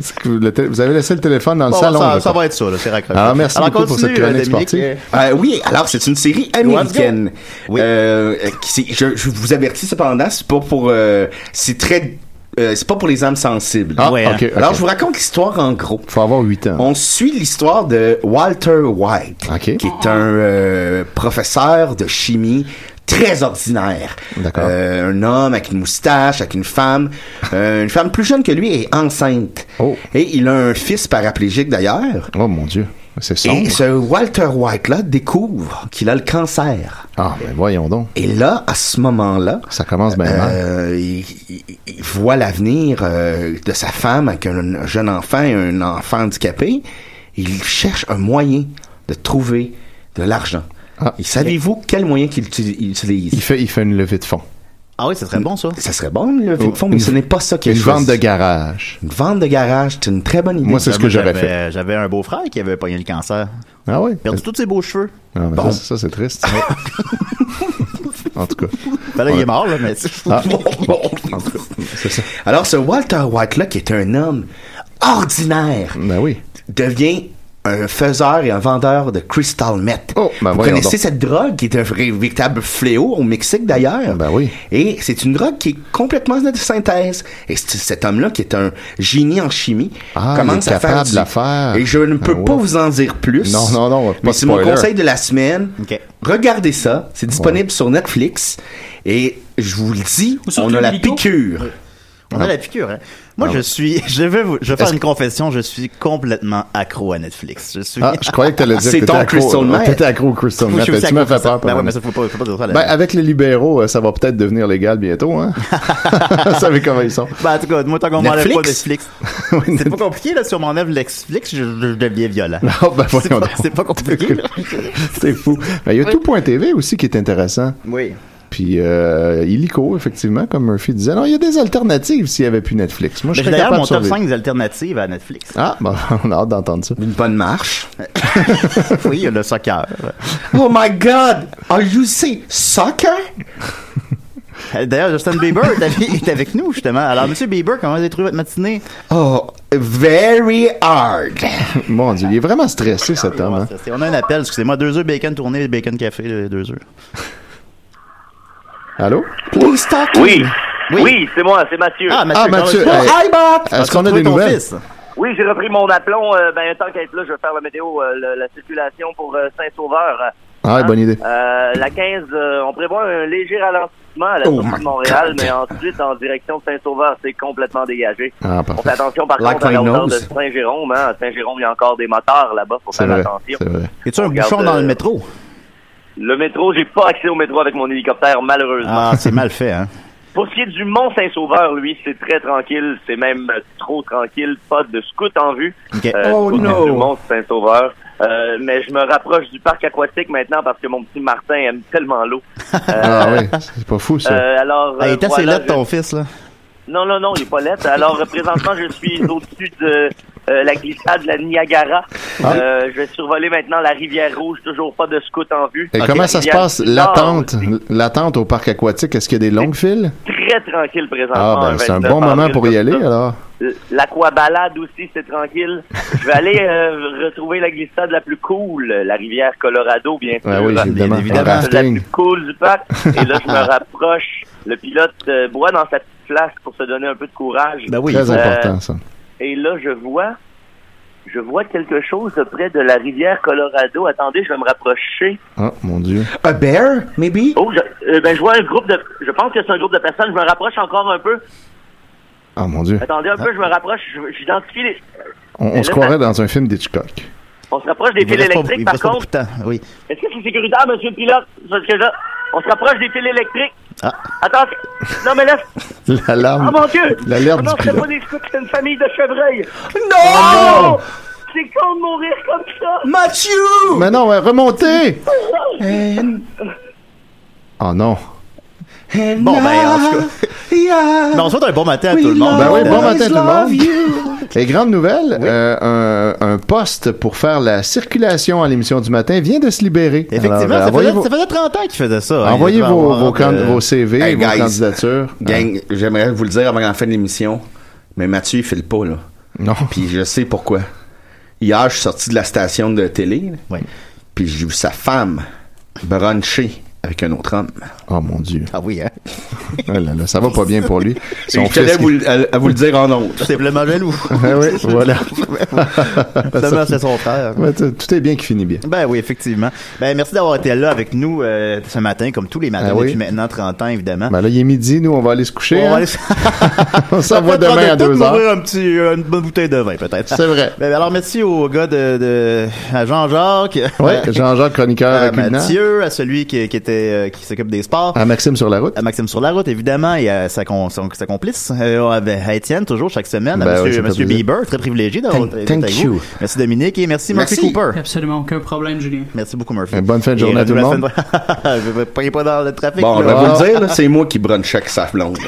D: C'est que vous, le tél- vous avez laissé le téléphone dans le
E: Bon,
D: salon.
E: ça-
D: je
E: ça
D: crois.
E: va être ça, là, c'est raccroché.
D: Alors, merci beaucoup pour cette chronique sportive.
F: Euh, oui, alors c'est une série américaine. Euh, qui c'est- je, je vous avertis cependant, c'est pas pour, euh, c'est très, euh, c'est pas pour les âmes sensibles.
D: Ah, Ouais, ok, hein.
F: Alors
D: ok.
F: je vous raconte l'histoire en gros.
D: Faut avoir 8 ans.
F: On suit l'histoire de Walter White, qui est un euh, professeur de chimie très ordinaire. Euh, un homme avec une moustache, avec une femme, Euh, une femme plus jeune que lui est enceinte. Et il a un fils paraplégique d'ailleurs.
D: Oh mon Dieu, c'est
F: Et
D: sombre.
F: ce Walter White-là découvre qu'il a le cancer.
D: Ah, ben voyons donc.
F: Et là, à ce moment-là,
D: ça commence bien
F: euh, il, il- il voit l'avenir euh, de sa femme avec un, un jeune enfant et un enfant handicapé. Il cherche un moyen de trouver de l'argent. Et savez-vous quel moyen qu'il uti- il utilise Il
D: fait, Ah. il fait une levée de fonds. Oh,
F: Ah oui, ça serait bon ça. Ça serait bon une levée de fonds,
D: Une-
F: mais ce n'est pas ça qu'il a
D: une vente
F: choisi.
D: de garage.
F: Une vente de garage, c'est une très bonne idée.
D: Moi, c'est ce que j'aurais fait.
E: Euh, J'avais un beau-frère qui avait pogné le cancer.
D: Ah oui?
E: Perdu tous ses beaux cheveux.
D: Ah, mais
E: Bon.
D: Ça, ça, c'est triste. en tout cas.
E: Ben là, il
F: Ouais.
E: est mort, là, mais...
F: Ah. Alors, ce Walter White-là, qui est un homme ordinaire,
D: Ben
F: devient un faiseur et un vendeur de crystal meth. Vous
D: Oh, ben voyons
F: connaissez
D: donc.
F: cette drogue qui est un vrai- véritable fléau au Mexique d'ailleurs.
D: Ben
F: Et c'est une drogue qui est complètement de synthèse. Et c'est- cet homme-là, qui est un génie en chimie,
D: Ah,
F: commence
D: il est
F: à faire
D: capable
F: du-
D: de la faire.
F: Et je ne peux
D: Ah ouais.
F: pas vous en dire plus.
D: Non, non, non, pas
F: Mais c'est mon
D: spoiler.
F: conseil de la semaine. Regardez ça. C'est disponible sur Netflix. Et je vous le dis,
E: sur
F: on a la
E: Publico.
F: piqûre.
E: On a la piqûre, hein. Moi,
F: Ah
E: je
F: ouais.
E: suis... Je vais, vous- je vais faire
F: Est-ce-
E: une confession, je suis complètement accro à Netflix. Je suis...
D: Ah, je croyais que t'allais dire
E: C'est
D: que
E: ton
D: t'étais accro- euh,
E: Crystal Meth.
D: t'étais accro au Crystal
E: Oui, je
D: Meth.
E: suis aussi
D: Tu m'as
E: accro
D: fait peur
E: au Crystal-
D: pour
E: Ben
D: un
E: ouais, mais
D: moment.
E: ça, faut pas, faut pas dire ça à la
D: Ben, avec les libéraux, euh, ça va peut-être devenir légal bientôt. Hein? Vous savez comment ils sont.
E: Ben, en tout cas, moi, tant qu'on m'enlève pas Netflix.
D: Netflix?
E: c'est pas compliqué, là. Si on m'enlève Netflix, je, je deviens violent.
D: Non, ben,
E: c'est
D: voyons
E: pas,
D: donc.
E: c'est pas compliqué, là.
D: C'est fou. Ben, il y a
E: Oui.
D: tout.tv aussi qui est intéressant.
E: Oui.
D: Puis euh, illico, effectivement, comme Murphy disait. Non, il y a des alternatives s'il n'y avait plus Netflix. Moi, je
E: Ben,
D: serais
E: j'ai d'ailleurs
D: capable
E: mon
D: de
E: top
D: survivre.
E: 5 des alternatives à Netflix.
D: Ah, ben, on a hâte d'entendre ça.
F: Une bonne marche.
E: oui, il y a le soccer.
F: Oh my God! Are you say soccer?
E: Euh, D'ailleurs, Justin Bieber est avec- est avec nous, justement. Alors, Monsieur Bieber, comment vous avez trouvé votre matinée?
F: Oh, very hard.
D: Mon Dieu, il est vraiment stressé, cet homme. hein.
E: On a un appel, excusez-moi. Deux œufs bacon tourné et bacon café, là, deux œufs.
D: Allô?
L: Oui. Oui, c'est moi, c'est Mathieu.
E: Ah,
D: Mathieu, Ah, Mathieu,
L: Oh,
D: comment vas-tu? hey, Hi, Bob!
L: Ah,
D: est-ce qu'on a des nouvelles?
L: Oui, j'ai repris mon aplomb. euh, ben, tant qu'être là, je vais faire la météo, euh, le- la circulation pour euh, Saint-Sauveur.
D: Ah, bonne idée.
L: Euh, la 15, euh, on prévoit un léger ralentissement à la
D: Oh
L: sortie
D: my
L: de Montréal,
D: God.
L: mais ensuite, en direction de Saint-Sauveur, c'est complètement dégagé.
D: Ah,
L: on
D: parfait.
L: fait attention, par
D: Like
L: contre, à
D: my
L: la hauteur de
D: nose.
L: Saint-Jérôme. Hein. À Saint-Jérôme, il y a encore des motards là-bas, faut
D: C'est
L: faire
D: vrai.
L: attention.
D: C'est vrai.
E: Y a-tu un
L: On regarde,
E: bouchon dans
L: euh,
E: le métro?
L: Le métro, j'ai pas accès au métro avec mon hélicoptère, malheureusement.
E: Ah, c'est mal fait, hein.
L: Pour ce qui est du Mont Saint-Sauveur, lui, c'est très tranquille, c'est même euh, trop tranquille, pas de scout en vue.
E: Ok.
F: Oh,
L: du côté
F: no.
L: du Mont Saint-Sauveur. Euh, mais je me rapproche du parc aquatique maintenant parce que mon petit Martin aime tellement l'eau.
D: Ah oui, c'est pas fou, ça.
L: Euh, alors,
E: Ah, il
L: euh,
E: était assez
L: voilà,
E: laid, ton fils, là.
L: je- Non, non, non, il est pas lettre. Alors, euh, présentement, je suis au-dessus de euh, la glissade de la Niagara.
D: Ah.
L: Euh, je vais survoler maintenant la rivière Rouge, toujours pas de scout en vue.
D: Et
L: Ok.
D: comment ça se
L: Rivière
D: passe,
L: du Nord,
D: l'attente, l'attente au parc aquatique? Est-ce qu'il y a des longues files?
L: Très tranquille présentement.
D: Ah, ben, c'est un
L: 29
D: bon moment
L: avril,
D: pour
L: comme
D: y aller, alors.
L: L'aquabalade aussi, c'est tranquille. Je vais aller euh, retrouver la glissade la plus cool, la rivière Colorado, bien sûr.
D: Ah oui, évidemment.
L: Bien
D: En
L: La
D: rafting.
L: plus cool du parc. Et là, je me rapproche. Le pilote euh, boit dans sa petite flasque pour se donner un peu de courage.
D: Très
L: Euh,
D: important, ça.
L: Et là, je vois, je vois quelque chose près de la rivière Colorado. Attendez, je vais me rapprocher.
D: Ah, mon Dieu.
F: A bear, maybe?
L: Oh, je, euh, ben, je vois un groupe de, je pense que c'est un groupe de personnes. Je me rapproche encore un peu.
D: Ah, mon Dieu.
L: Attendez un peu, je me rapproche. Je- J'identifie les,
D: On, on
L: Mais
D: se
L: là,
D: croirait dans un film d'Hitchcock.
L: on se rapproche des
D: Il vous
L: fils
D: reste pas-
L: électriques,
D: il
L: par
D: reste pas
L: contre.
E: Oui.
L: Est-ce que c'est sécuritaire, monsieur le pilote? Parce que là, on se rapproche des fils électriques.
E: Ah.
L: Attends, non, mais là,
D: L'alarme.
L: oh mon Dieu!
D: L'alerte
L: non,
D: du
L: c'est
D: pilote. Oh,
L: pas des scouts, Oh, c'est une famille de chevreuils!
F: Non!
J: C'est con de mourir comme ça.
D: Mathieu! Mais non, ouais, remontez! Oh non.
E: Bon, ben, en tout cas.
F: Yeah.
E: Mais on souhaite un bon matin à tout le
D: Ben
E: monde.
D: oui, bon matin tout le monde. Et grande nouvelle, euh, un, un poste pour faire la circulation à l'émission du matin vient de se libérer.
E: Effectivement,
D: Alors, euh,
E: ça,
D: envoyez
E: faisait,
D: vos-
E: ça faisait 30 ans qu'il faisait ça. hein.
D: Envoyez
E: Il devait
D: vos,
E: avoir,
D: vos, can-
E: euh,
D: vos CV,
F: Hey,
D: vos
F: guys.
D: candidatures.
F: Gang, j'aimerais vous le dire avant la fin de l'émission, mais Mathieu, il file pas, là.
D: Non.
F: Puis je sais pourquoi. Hier, je suis sorti de la station de télé, là, puis j'ai vu sa femme bruncher avec un autre homme.
D: Oh mon Dieu.
F: Ah oui, hein?
D: Ah là là, ça va pas bien pour lui. Son
F: je tenais à
D: fils-
F: vous, le- à- à vous le dire en honte.
E: Simplement jaloux.
D: Ah oui, voilà.
E: Simplement, c'est son frère.
D: Ouais, t- tout est bien qui finit bien.
E: Ben oui, effectivement. Ben merci d'avoir été là avec nous euh, ce matin, comme tous les matins
D: Ah oui.
E: depuis maintenant 30 ans, évidemment.
D: Ben là, il est midi, nous, on va aller se coucher.
E: On va
D: hein.
E: aller-
D: on
E: Ah, Ça
D: s'en va
E: peut être
D: demain
E: de
D: à
E: tout
D: 2 heures.
E: ouvrir un petit, euh, une bonne bouteille de vin, peut-être.
D: C'est vrai.
E: Ben, ben, alors, merci au gars de, de à Jean-Jacques.
D: Oui, Jean-Jacques, chroniqueur
E: à
D: culinaire.
E: Euh, Mathieu, à celui qui, qui était euh, qui s'occupe des sports.
D: À Maxime sur la route.
E: À Maxime sur la route, évidemment, et à sa, con- son- sa complice, euh, à- à Étienne, toujours chaque semaine,
D: Ben
E: à
D: oui, ça
E: Monsieur,
D: fait
E: monsieur
D: plaisir.
E: Bieber, très privilégié d'avoir
D: Thank-
E: été
D: thank
E: avec vous.
D: you.
E: Merci Dominique et merci, Murphy Cooper.
B: Absolument aucun problème, Julien.
E: Merci beaucoup, Murphy.
D: Et bonne fin de
E: Et
D: journée à tout le
E: la
D: monde.
E: semaine- Je vais pas- pas dans le trafic.
D: Ah.
F: Bon, on
E: là.
F: va vous le dire, là, c'est moi qui brunchais avec sa blonde.